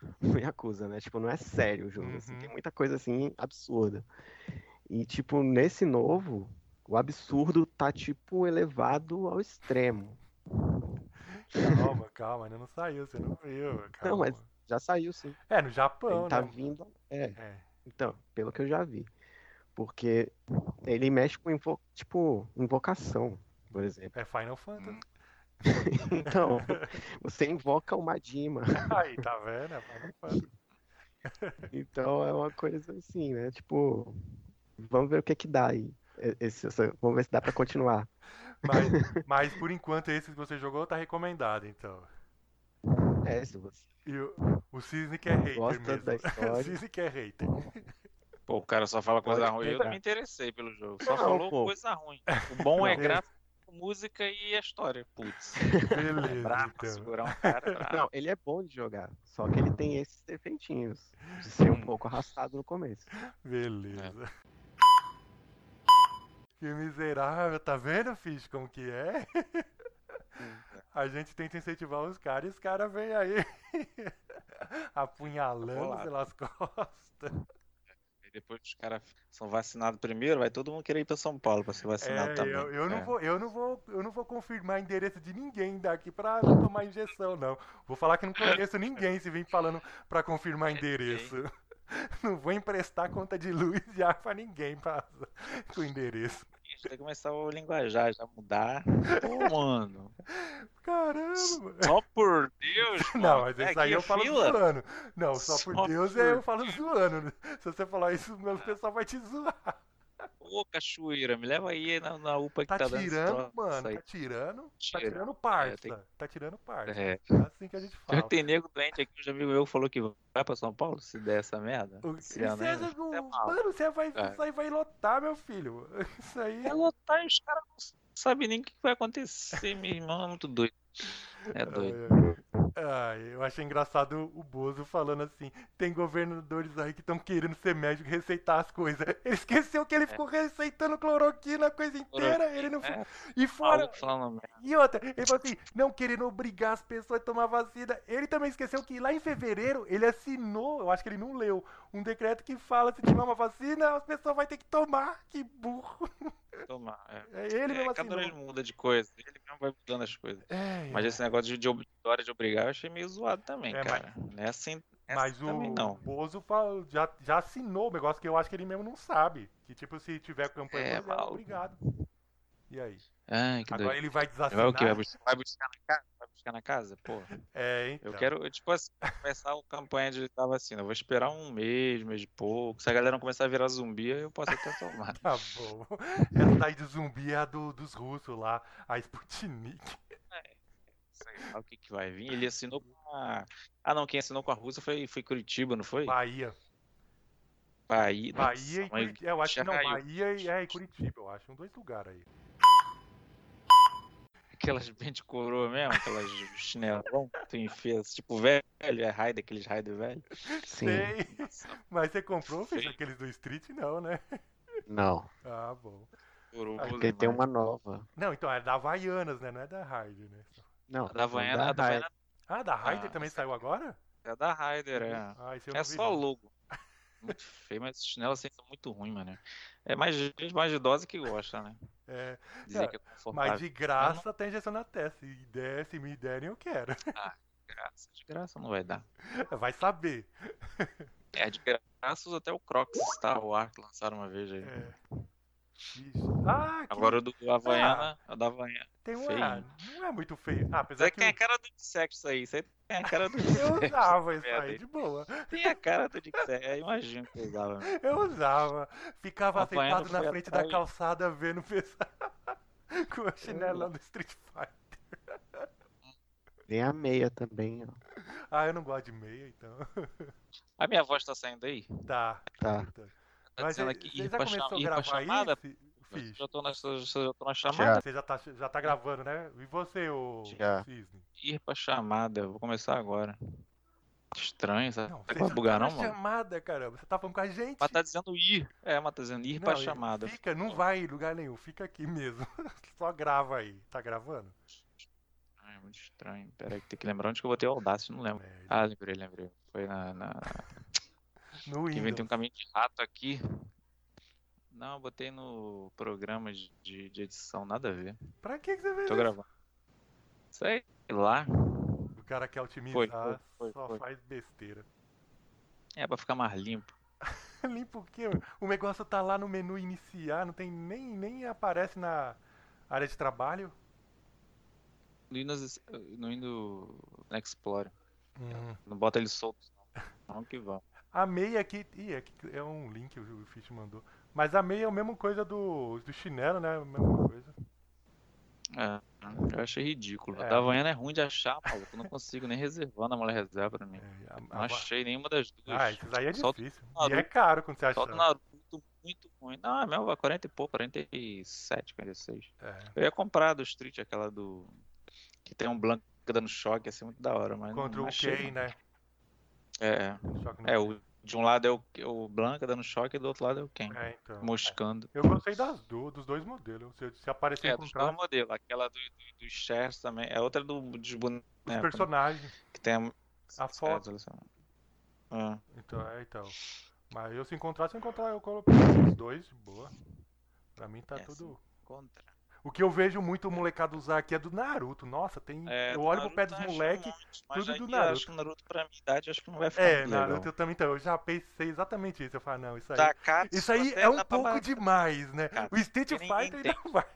Speaker 5: no Yakuza, né? Tipo, não é sério o jogo,
Speaker 2: Uhum.
Speaker 5: assim, tem muita coisa assim absurda. E, tipo, nesse novo, o absurdo tá, tipo, elevado ao extremo.
Speaker 2: Calma, calma, ainda não saiu, você não viu. Calma.
Speaker 5: Não, mas já saiu, sim.
Speaker 2: É, no Japão,
Speaker 5: Ele tá
Speaker 2: né?
Speaker 5: vindo. É,
Speaker 2: É.
Speaker 5: Então, pelo que eu já vi. Porque ele mexe com, invo- tipo, invocação, por exemplo.
Speaker 2: é Final Fantasy.
Speaker 5: Então, você invoca o Madima.
Speaker 2: Aí, tá vendo? É Final Fantasy.
Speaker 5: Então, é uma coisa assim, né? Tipo, vamos ver o que que dá aí. E- esse- essa- vamos ver se dá pra continuar.
Speaker 2: Mas, mas por enquanto, esse que você jogou tá recomendado, então.
Speaker 5: É, se você
Speaker 2: E o, o Cisne que é hater
Speaker 5: Gosta
Speaker 2: mesmo.
Speaker 5: da
Speaker 2: o
Speaker 5: história.
Speaker 2: Cisne que é hater.
Speaker 6: Pô, o cara só fala coisa
Speaker 5: Pode
Speaker 6: ruim. Eu
Speaker 5: pegar.
Speaker 6: não me interessei pelo jogo. Só
Speaker 5: Não,
Speaker 6: falou
Speaker 5: pô.
Speaker 6: coisa ruim. O bom é
Speaker 2: Não.
Speaker 6: gráfico, música e a história. Putz,
Speaker 2: Beleza,
Speaker 6: brabo pra
Speaker 2: então.
Speaker 6: segurar um cara.
Speaker 5: Não,
Speaker 6: brabo.
Speaker 5: ele é bom de jogar, só que ele tem esses defeitinhos de ser um pouco arrastado no começo.
Speaker 2: Beleza. Que miserável, tá vendo, Fish, como que é? A gente tenta incentivar os caras e os caras vêm aí
Speaker 5: Tá
Speaker 2: apunhalando
Speaker 6: Bolado.
Speaker 2: pelas costas.
Speaker 6: E depois os caras são vacinados primeiro, vai todo mundo querer ir pra São Paulo pra ser vacinado
Speaker 2: É,
Speaker 6: também.
Speaker 2: eu, eu não
Speaker 6: É.
Speaker 2: vou, eu, não vou, eu não vou confirmar endereço de ninguém daqui pra tomar injeção, não. Vou falar que não conheço ninguém se vem falando pra confirmar endereço. Não vou emprestar conta de luz e ar pra ninguém pra, com endereço.
Speaker 3: tem que começar o linguajar, já mudar. Pô, mano.
Speaker 2: Caramba!
Speaker 3: Só por Deus,
Speaker 2: Não,
Speaker 3: mano.
Speaker 2: mas
Speaker 3: É
Speaker 2: isso aí
Speaker 3: aqui,
Speaker 2: eu falo
Speaker 3: fila.
Speaker 2: zoando. Não, só por
Speaker 3: Só
Speaker 2: Deus é,
Speaker 3: por
Speaker 2: eu falo zoando. Se você falar isso, o pessoal vai te zoar.
Speaker 3: Ô, cachoeira, me leva aí na, na UPA que
Speaker 2: Tá
Speaker 3: tá, dando esse
Speaker 2: tirando,
Speaker 3: troço
Speaker 2: mano,
Speaker 3: aí.
Speaker 2: tá tirando. Tá
Speaker 3: Tira.
Speaker 2: tirando parça.
Speaker 3: É, tem-
Speaker 2: Tá tirando parça.
Speaker 3: É.
Speaker 2: É assim que a gente
Speaker 3: Já
Speaker 2: fala.
Speaker 3: tem nego doente aqui, um amigo meu falou que vai pra São Paulo se der essa merda.
Speaker 2: O-
Speaker 3: Esse
Speaker 2: e
Speaker 3: ano,
Speaker 2: você
Speaker 3: hein?
Speaker 2: acha que o-
Speaker 3: É mal.
Speaker 2: mano, você vai,
Speaker 3: É.
Speaker 2: isso aí vai lotar, meu filho. Isso aí.
Speaker 3: É lotar e os caras não sabem nem o que vai acontecer, meu irmão. É muito doido. É doido.
Speaker 2: Ai, ai, eu achei engraçado o Bozo falando assim: tem governadores aí que estão querendo ser médico e receitar as coisas. Ele esqueceu
Speaker 3: É.
Speaker 2: que ele ficou receitando cloroquina a coisa inteira. Ele não ficou... E fora,
Speaker 3: Maluco falando merda.
Speaker 2: E outra, ele falou assim, não querendo obrigar as pessoas a tomar vacina. Ele também esqueceu que lá em fevereiro ele assinou, eu acho que ele não leu, um decreto que fala se tiver uma vacina, as pessoas vão ter que tomar. Que burro.
Speaker 3: Tomar. É.
Speaker 2: É ele mesmo
Speaker 3: É, cada hora ele
Speaker 2: assinou.
Speaker 3: muda de coisa. Ele mesmo vai mudando as coisas.
Speaker 2: É,
Speaker 3: Mas esse negócio de, de obrigatório de obrigar, eu achei meio zoado também,
Speaker 2: É,
Speaker 3: cara. Não é assim, não é
Speaker 2: mas
Speaker 3: assim
Speaker 2: o
Speaker 3: também não.
Speaker 2: Bozo fal- já, já assinou o negócio que eu acho que ele mesmo não sabe. Que tipo, se tiver campanha,
Speaker 3: É,
Speaker 2: mundial,
Speaker 3: maluco.
Speaker 2: obrigado. E aí?
Speaker 3: Ai, que
Speaker 2: Agora
Speaker 3: doido.
Speaker 2: ele vai
Speaker 3: Vai
Speaker 2: desassinar.
Speaker 3: o quê? Vai buscar, vai buscar na casa? Vai buscar na casa? Pô.
Speaker 2: É, então.
Speaker 3: Eu quero, eu, tipo assim, começar a campanha de da vacina. Eu vou esperar um mês, mês e pouco. Se a galera não começar a virar zumbi, aí eu posso até tomar.
Speaker 2: Tá bom. Essa aí de zumbi é a do, dos russos lá, a Sputnik.
Speaker 3: Sei lá o que, que vai vir. Ele assinou com a. Ah, não, quem assinou com a Rússia foi, foi Curitiba, não foi?
Speaker 2: Bahia.
Speaker 3: Bahia.
Speaker 2: Bahia
Speaker 3: Nossa,
Speaker 2: e
Speaker 3: mas
Speaker 2: Curitiba. Eu acho que
Speaker 3: já
Speaker 2: não,
Speaker 3: caiu.
Speaker 2: Bahia e, é, e Curitiba, eu acho. São dois lugares aí.
Speaker 3: Aquelas bem de coroa mesmo, aquelas chinelão que tu enfia, tipo velho, é raid, aqueles raid velho.
Speaker 5: Sim.
Speaker 2: Sei.
Speaker 3: Nossa,
Speaker 2: Mas você comprou, fez
Speaker 3: Sim.
Speaker 2: aqueles do Street, não, né?
Speaker 5: Não.
Speaker 2: Ah, bom.
Speaker 3: coroa.
Speaker 5: Porque tem uma nova.
Speaker 2: Não, então é da Havaianas, né? Não é da Raider, né?
Speaker 5: Não.
Speaker 3: A da Havaiana, a da Havaiana
Speaker 2: Ah, da Raider
Speaker 3: Ah,
Speaker 2: também saiu agora?
Speaker 3: é da Raider, é.
Speaker 2: Ah, esse eu não
Speaker 3: É
Speaker 2: vi,
Speaker 3: só
Speaker 2: não.
Speaker 3: logo. Muito feio, mas esses chinelos assim são muito ruins, mano. É mais gente mais idosa que gosta, né?
Speaker 2: É,
Speaker 3: Dizer
Speaker 2: É,
Speaker 3: que é confortável.
Speaker 2: mas de graça tem injeção na testa. Se, der, se me derem, eu quero.
Speaker 3: de graça, de graça não vai dar.
Speaker 2: Vai saber.
Speaker 3: É, de graça usa até o Crocs Star Wars que lançaram uma vez aí.
Speaker 2: É. Vixe. Ah, que
Speaker 3: Agora o do Havaiana, a da Havaiana.
Speaker 2: tem um.
Speaker 3: feio.
Speaker 2: ah, Não Ah. é muito feio. Ah,
Speaker 3: Isso aí
Speaker 2: apesar que
Speaker 3: tem a cara do Insecto isso aí. Isso aí tem a cara do
Speaker 2: eu
Speaker 3: Insecto.
Speaker 2: usava isso
Speaker 3: merda
Speaker 2: aí,
Speaker 3: aí.
Speaker 2: de boa.
Speaker 3: Tem a cara do Insecto. Eu imagino que né? eu usava. mesmo.
Speaker 2: Eu usava. Ficava
Speaker 3: Apanhando
Speaker 2: sentado na
Speaker 3: foi
Speaker 2: frente
Speaker 3: atrás.
Speaker 2: da calçada vendo o pessoal com a chinelão do Street Fighter.
Speaker 5: Tem a meia também, ó.
Speaker 2: Ah, eu não gosto de meia, então.
Speaker 3: A minha voz tá saindo aí?
Speaker 2: Tá.
Speaker 5: Tá.
Speaker 2: Então.
Speaker 3: Tá
Speaker 2: Mas
Speaker 3: dizendo
Speaker 2: você
Speaker 3: aqui
Speaker 2: você
Speaker 3: ir
Speaker 2: já
Speaker 3: pra,
Speaker 2: começou
Speaker 3: cham...
Speaker 2: a
Speaker 3: ir pra
Speaker 2: gravar
Speaker 3: chamada?
Speaker 2: aí?
Speaker 3: Eu
Speaker 2: Fiz.
Speaker 3: Já tô na, eu já tô na chamada.
Speaker 2: Você já tá, já tá gravando, né? E você, ô
Speaker 5: Já.
Speaker 2: Cisne?
Speaker 3: Ir pra chamada. Eu vou começar agora. Estranho, sabe?
Speaker 2: Não,
Speaker 3: Será
Speaker 2: você
Speaker 3: que
Speaker 2: já
Speaker 3: vai bugar
Speaker 2: tá
Speaker 3: não,
Speaker 2: na
Speaker 3: mano?
Speaker 2: chamada, caramba. Você tá falando com a gente.
Speaker 3: Mas tá dizendo ir. É, mas tá dizendo ir pra
Speaker 2: Não,
Speaker 3: chamada.
Speaker 2: Fica, não vai em lugar nenhum. Fica aqui mesmo. Só grava aí. Tá gravando?
Speaker 3: Ai, muito estranho. Pera aí, que tem que lembrar onde que eu botei o Audacity, não lembro.
Speaker 2: É,
Speaker 3: Ah, lembrei, lembrei. Foi na. na...
Speaker 2: Tá no
Speaker 3: Que vem tem um
Speaker 2: Windows.
Speaker 3: caminho de rato aqui. Não, eu botei no programa de, de- de edição, nada a ver.
Speaker 2: Pra que que você veio?
Speaker 3: um- Tô gravando. Sei lá.
Speaker 2: O cara quer otimizar,
Speaker 3: Foi, foi, foi,
Speaker 2: só
Speaker 3: foi.
Speaker 2: faz besteira.
Speaker 3: É pra ficar mais limpo.
Speaker 2: Limpa o quê? meu? O negócio tá lá no menu iniciar, não tem nem, nem aparece na área de trabalho.
Speaker 3: No Windows, no Windows Explorer.
Speaker 2: Hum.
Speaker 3: né, Não bota ele solto, não. Não que vão.
Speaker 2: A meia aqui. Ih, é, que- é um link que o Fish mandou. Mas a meia é a mesma coisa do, do chinelo, né? A mesma coisa.
Speaker 3: É, eu achei ridículo.
Speaker 2: É.
Speaker 3: A da Havaiana é ruim de achar, maluco. Eu não consigo nem reservar na mulher reserva pra mim.
Speaker 2: É, a- a-
Speaker 3: Não achei nenhuma das duas.
Speaker 2: ah, isso aí é
Speaker 3: Só do
Speaker 2: difícil. E
Speaker 3: Naruto.
Speaker 2: é caro quando você acha.
Speaker 3: Só do Naruto, muito ruim. Não, é mesmo, 40 e pouco, 47, 46.
Speaker 2: É.
Speaker 3: Eu ia comprar do Street, aquela do. Que tem um blanco dando choque, assim, muito da hora, mas.
Speaker 2: Contra
Speaker 3: não
Speaker 2: o
Speaker 3: achei,
Speaker 2: Kane,
Speaker 3: não.
Speaker 2: né?
Speaker 3: É,
Speaker 2: Choque no
Speaker 3: é. É, o, de um lado é o, o Blanca dando choque e do outro lado é o Ken.
Speaker 2: Kane. É, então.
Speaker 3: Moscando.
Speaker 2: Eu gostei das duas, dos dois modelos. Se, se aparecer
Speaker 3: É,
Speaker 2: um
Speaker 3: dos dois
Speaker 2: contrato,
Speaker 3: modelos. Aquela do, do, dos chefs também. É outra do, dos bonecos.
Speaker 2: os
Speaker 3: né,
Speaker 2: personagens.
Speaker 3: Que tem a,
Speaker 2: A foto.
Speaker 3: É, seleção. Ah,
Speaker 2: Então, é, então. Mas eu se encontrar, se eu encontrar, eu coloco os dois, de boa. Pra mim tá
Speaker 3: É,
Speaker 2: tudo.
Speaker 3: contra.
Speaker 2: O que eu vejo muito o molecado usar aqui é do Naruto. Nossa, tem.
Speaker 3: É,
Speaker 2: eu
Speaker 3: do
Speaker 2: olho pro pé
Speaker 3: Naruto
Speaker 2: dos
Speaker 3: eu acho
Speaker 2: moleques.
Speaker 3: um monte, mas
Speaker 2: tudo do
Speaker 3: aí Eu
Speaker 2: Naruto.
Speaker 3: acho que o Naruto, pra minha idade, acho que não vai ficar
Speaker 2: É,
Speaker 3: muito legal.
Speaker 2: Naruto eu também então. Eu já pensei exatamente isso. Eu falo, não, isso aí.
Speaker 3: Takatsu
Speaker 2: Isso aí
Speaker 3: até
Speaker 2: é um
Speaker 3: dá pra
Speaker 2: pouco
Speaker 3: bater,
Speaker 2: demais, né?
Speaker 3: Cara,
Speaker 2: O Street
Speaker 3: porque ninguém
Speaker 2: Fighter ainda vai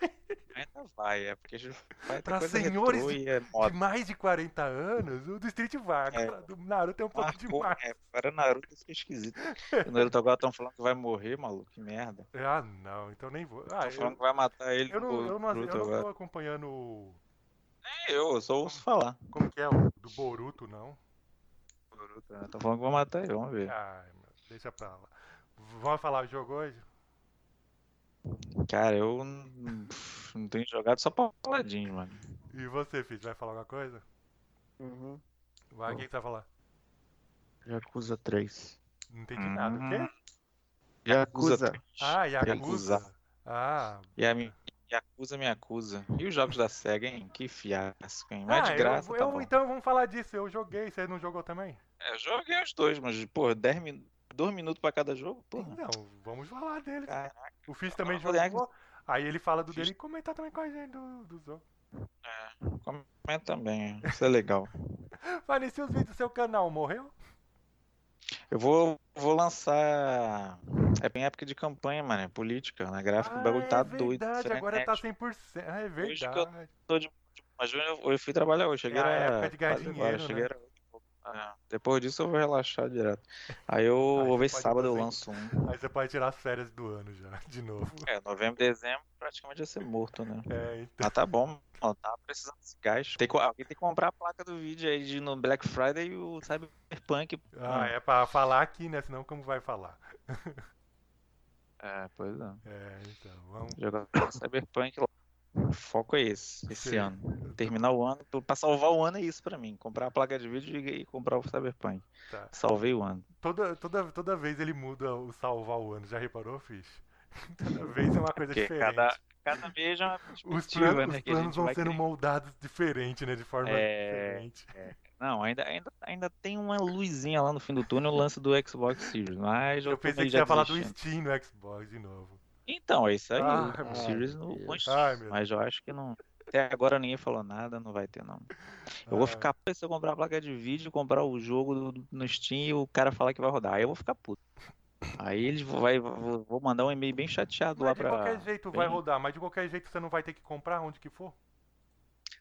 Speaker 3: Ainda vai, é porque a gente vai ter
Speaker 2: Pra
Speaker 3: coisa
Speaker 2: senhores
Speaker 3: retrô e é
Speaker 2: de um
Speaker 3: moda.
Speaker 2: mais de 40 anos, o do Street Fighter.
Speaker 3: É.
Speaker 2: cara, Do Naruto é um pouco
Speaker 3: Marcou,
Speaker 2: demais.
Speaker 3: é, para Naruto fica esquisito. O Naruto agora estão falando que vai morrer, maluco, que merda.
Speaker 2: Ah, não, então nem vou. Ah,
Speaker 3: Estão
Speaker 2: eu,
Speaker 3: falando que vai matar ele
Speaker 2: eu não,
Speaker 3: pro
Speaker 2: eu, não, eu
Speaker 3: Naruto
Speaker 2: não
Speaker 3: agora.
Speaker 2: tô acompanhando. o-
Speaker 3: Nem eu, eu só ouço falar.
Speaker 2: Como que é o do Boruto, não? Tá.
Speaker 3: Estão falando que vai matar ele, vamos ver.
Speaker 2: Ai, meu, deixa pra lá. Vamos falar o jogo hoje?
Speaker 3: Cara, eu n- não tenho jogado só pra paladins, mano.
Speaker 2: E você, Fitch, vai falar alguma coisa?
Speaker 5: Uhum.
Speaker 2: Vai, quem que você vai falar?
Speaker 5: Yakuza 3.
Speaker 2: Não
Speaker 3: Hum,
Speaker 2: entendi nada. O quê?
Speaker 5: Yakuza.
Speaker 2: Ah, Yakuza.
Speaker 3: é Yakuza.
Speaker 2: Ah,
Speaker 3: E a minha. Yakuza me acusa. E os jogos da SEGA, hein? Que fiasco, hein? Mas
Speaker 2: ah,
Speaker 3: de graça,
Speaker 2: eu,
Speaker 3: tá
Speaker 2: eu-
Speaker 3: bom.
Speaker 2: Então vamos falar disso. Eu joguei, você não jogou também?
Speaker 3: É, eu joguei os dois, mas, pô, 10 min... 2 minutos pra cada jogo? Porra.
Speaker 2: Não, vamos falar dele.
Speaker 3: Caraca.
Speaker 2: O Fitch também
Speaker 3: Eu vou ganhar
Speaker 2: jogou. Aí ele fala do
Speaker 3: Fiz-
Speaker 2: dele e comentar também com a gente do, do jogo.
Speaker 3: Comenta também, é. isso é legal.
Speaker 2: Falei, se os vídeos do seu canal morreu?
Speaker 3: Eu vou, vou lançar. É bem época de campanha, mano. É política, né? Gráfico, o bagulho tá
Speaker 2: é
Speaker 3: doido.
Speaker 2: verdade, agora tá
Speaker 3: frenético.
Speaker 2: 100%. Ah, é
Speaker 3: Hoje que eu-
Speaker 2: verdade.
Speaker 3: tô de- Mas eu, eu fui trabalhar hoje. Cheguei
Speaker 2: É a
Speaker 3: era
Speaker 2: época de ganhar
Speaker 3: quase
Speaker 2: dinheiro,
Speaker 3: agora,
Speaker 2: né?
Speaker 3: cheguei era oito e pouco. Ah, depois disso eu vou relaxar direto. Aí eu
Speaker 2: Aí
Speaker 3: vou ver
Speaker 2: você
Speaker 3: se
Speaker 2: Ah, pode
Speaker 3: sábado eu
Speaker 2: fazer.
Speaker 3: lanço um.
Speaker 2: Aí você pode tirar as férias do ano já, de novo.
Speaker 3: É, novembro, dezembro praticamente ia ser morto, né?
Speaker 2: É, então.
Speaker 3: Mas tá bom, mano. Tá precisando desse gás. Tem, que- alguém tem que comprar a placa do vídeo aí de, no Black Friday e o Cyberpunk.
Speaker 2: Ah, é pra falar aqui, né? Senão como vai falar?
Speaker 3: É, pois é.
Speaker 2: É, então, vamos.
Speaker 3: Jogar Cyberpunk lá. O foco é esse, esse
Speaker 2: Sim.
Speaker 3: ano. Terminar o ano, tô- pra salvar o ano é isso pra mim. Comprar a placa de vídeo e, e comprar o Cyberpunk.
Speaker 2: Tá.
Speaker 3: Salvei o ano.
Speaker 2: Toda, toda, toda vez ele muda o salvar o ano, já reparou, Fish? Toda vez é uma coisa
Speaker 3: Porque
Speaker 2: diferente.
Speaker 3: cada, cada mês é uma
Speaker 2: Os
Speaker 3: perspectiva,
Speaker 2: planos,
Speaker 3: né?
Speaker 2: os
Speaker 3: que a
Speaker 2: planos
Speaker 3: gente
Speaker 2: vão
Speaker 3: vai
Speaker 2: sendo
Speaker 3: criando.
Speaker 2: moldados diferente, né? De forma
Speaker 3: É.
Speaker 2: diferente.
Speaker 3: Não, ainda, ainda, ainda tem uma luzinha lá no fim do túnel, o lance do Xbox Series. Mas
Speaker 2: Eu,
Speaker 3: eu tô
Speaker 2: pensei
Speaker 3: meio
Speaker 2: que você ia falar do
Speaker 3: desistindo.
Speaker 2: Steam no Xbox de novo.
Speaker 3: Então, é isso aí.
Speaker 2: Ah,
Speaker 3: o
Speaker 2: meu
Speaker 3: Series no
Speaker 7: Deus.
Speaker 3: no Steam,
Speaker 2: Ai, meu
Speaker 3: Mas eu acho que não. Até agora ninguém falou nada, não vai ter não. Eu
Speaker 2: Ah.
Speaker 3: vou ficar puto se eu comprar a placa de vídeo, comprar o jogo do- no Steam e o cara falar que vai rodar. Aí eu vou ficar puto. Aí eles vão- vai, vou vou mandar um e-mail bem chateado
Speaker 2: Mas
Speaker 3: lá
Speaker 2: de
Speaker 3: pra.
Speaker 2: qualquer jeito vai
Speaker 3: bem-
Speaker 2: rodar, mas de qualquer jeito você não vai ter que comprar onde que for?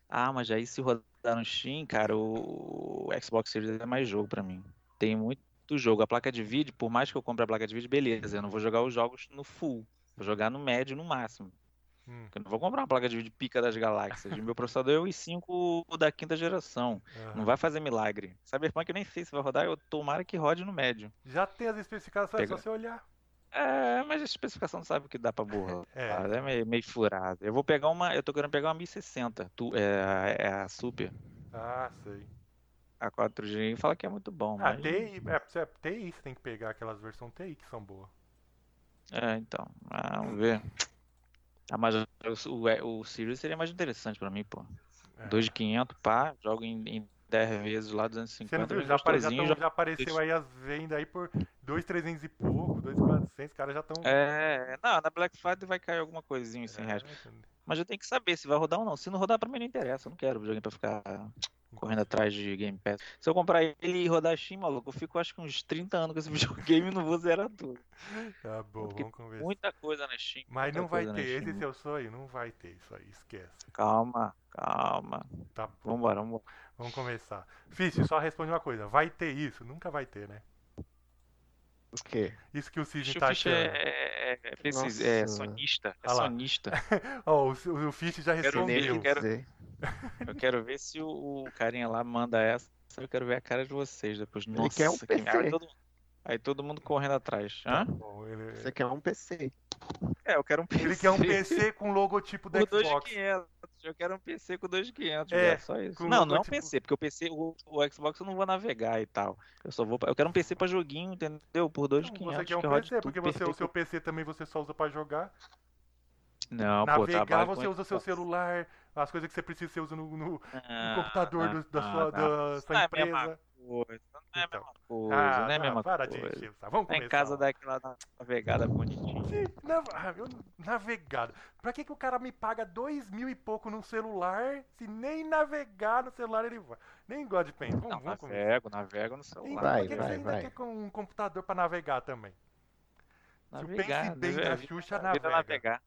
Speaker 3: Ah, mas aí se rodar no Steam, cara, o o Xbox Series é mais jogo pra mim. Tem muito jogo. A placa de vídeo, por mais que eu compre a placa de vídeo, beleza, eu não vou jogar os jogos no full. Vou jogar no médio, no máximo.
Speaker 2: Hum.
Speaker 3: Eu não vou comprar uma placa de vídeo pica das galáxias. Meu processador é o i5 da quinta geração.
Speaker 2: Ah.
Speaker 3: Não vai fazer milagre. Cyberpunk eu nem sei se vai rodar, eu tomara que rode no médio.
Speaker 2: Já tem as especificações, é só
Speaker 3: Pega.
Speaker 2: você olhar.
Speaker 3: É, mas a especificação não sabe o que dá pra burlar.
Speaker 2: É.
Speaker 3: É meio, meio furado. Eu vou pegar uma. Eu tô querendo pegar uma 1060. Tu, é, é a Super.
Speaker 2: Ah, sei.
Speaker 3: A 4G e fala que é muito bom.
Speaker 2: Ah,
Speaker 3: mas-
Speaker 2: TI, é, você- TI você tem que pegar aquelas versões TI que são boas.
Speaker 3: É, então. Ah, vamos ver. Ah, mas o, é, o, o Sirius seria mais interessante pra mim, pô.
Speaker 2: É.
Speaker 3: 2,500, pá, jogo em, em 10 vezes lá,
Speaker 2: Você não
Speaker 3: 250,
Speaker 2: viu? Já, tá apare- já, tão-
Speaker 3: já
Speaker 2: já apareceu aí as vendas aí por 2,300 e pouco, 2,400, os caras já É, estão...
Speaker 3: É, não, na Black Friday vai cair alguma coisinha em 100 reais. Mas eu tenho que saber se vai rodar ou não. Se não rodar, pra mim não interessa. Eu não quero videogame pra ficar correndo atrás de Game Pass. Se eu comprar ele e rodar Steam, maluco, eu fico acho que uns 30 anos com esse videogame e não vou zerar tudo.
Speaker 2: Tá bom,
Speaker 3: Porque
Speaker 2: vamos conversar.
Speaker 3: Muita coisa na Steam.
Speaker 2: Mas
Speaker 3: muita
Speaker 2: não vai
Speaker 3: coisa né, na
Speaker 2: ter, esse
Speaker 3: Steam.
Speaker 2: é seu sonho? Não vai ter isso aí, esquece.
Speaker 3: Calma, calma.
Speaker 2: Tá bom,
Speaker 3: Vambora, vambora.
Speaker 2: vamos começar. Fish, só responde uma coisa, vai ter isso? Nunca vai ter, né?
Speaker 7: O quê?
Speaker 2: Isso que o Cisne tá
Speaker 3: Chufish
Speaker 2: achando.
Speaker 3: é, é, é, preciso- é
Speaker 7: Nossa.
Speaker 3: sonista. É
Speaker 2: Ah lá.
Speaker 3: sonista.
Speaker 2: Ó, o, o, o Fish já
Speaker 3: Quero ver,
Speaker 2: respondeu.
Speaker 3: quero-
Speaker 7: Zé.
Speaker 3: Eu quero ver se o, o carinha lá manda essa. Eu quero ver a cara de vocês depois. Ele Nossa,
Speaker 7: quer um
Speaker 3: que-
Speaker 7: PC.
Speaker 3: Aí, todo... aí todo mundo correndo atrás. Hã?
Speaker 2: Bom, ele, é-
Speaker 7: Você quer um PC.
Speaker 3: É, eu quero um PC.
Speaker 2: ele quer um PC com logotipo da
Speaker 3: com
Speaker 2: Xbox.
Speaker 3: 2500. Eu quero um PC com 2500,
Speaker 2: É,
Speaker 3: é, só isso.
Speaker 2: com
Speaker 3: Não, não é um
Speaker 2: logotipo.
Speaker 3: PC, porque o PC, o, o Xbox eu não vou navegar e tal. Eu só vou, pra- eu quero um PC pra joguinho, entendeu? Por
Speaker 2: Não,
Speaker 3: 2500
Speaker 2: Você quer um
Speaker 3: que rode
Speaker 2: PC,
Speaker 3: tudo
Speaker 2: porque você, o
Speaker 3: perfeito.
Speaker 2: seu PC também você só usa pra jogar.
Speaker 3: Não, pô,
Speaker 2: Navegar,
Speaker 3: trabalho
Speaker 2: você
Speaker 3: com
Speaker 2: usa o seu
Speaker 3: Xbox.
Speaker 2: celular, as coisas que você precisa, você usa no, no- no
Speaker 3: Ah,
Speaker 2: um computador do- da
Speaker 3: ah,
Speaker 2: sua,
Speaker 3: não.
Speaker 2: da
Speaker 3: Isso
Speaker 2: sua
Speaker 3: não é a mesma
Speaker 2: empresa.
Speaker 3: coisa. Não é a
Speaker 2: Então.
Speaker 3: mesma coisa.
Speaker 2: Ah,
Speaker 3: não é a
Speaker 2: não,
Speaker 3: mesma
Speaker 2: para de
Speaker 3: coisa.
Speaker 2: encher, tá? Vamos
Speaker 3: Tá
Speaker 2: começar.
Speaker 3: em casa daquela navegada bonitinha.
Speaker 2: Que nav- ah, eu- Navegado. Pra que, que o cara me paga dois mil e pouco num celular se nem navegar no celular ele vai? Nem gosta de pensar. Vamos,
Speaker 3: Não,
Speaker 2: vamos começar.
Speaker 3: navego, navego no
Speaker 2: Então,
Speaker 3: celular.
Speaker 5: Vai,
Speaker 2: por que que
Speaker 5: vai,
Speaker 2: você ainda
Speaker 5: vai.
Speaker 2: quer com um computador pra navegar também? Se o
Speaker 3: Navegar, né?
Speaker 2: Pense Bem da
Speaker 3: navega-
Speaker 2: Xuxa
Speaker 3: tá vida
Speaker 2: navega.
Speaker 3: navegar.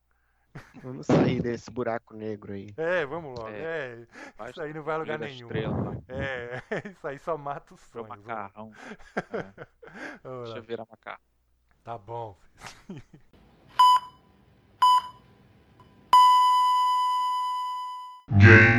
Speaker 5: Vamos sair desse buraco negro aí.
Speaker 2: É, vamos logo. É,
Speaker 3: Vai
Speaker 2: isso aí não vai a lugar
Speaker 3: Vida
Speaker 2: nenhum.
Speaker 3: Estrela,
Speaker 2: É, isso aí só mata os
Speaker 3: meu
Speaker 2: sonhos. Vamos-
Speaker 3: macarrão.
Speaker 2: vamos lá.
Speaker 3: Deixa eu virar macarrão.
Speaker 2: Tá bom.
Speaker 1: Game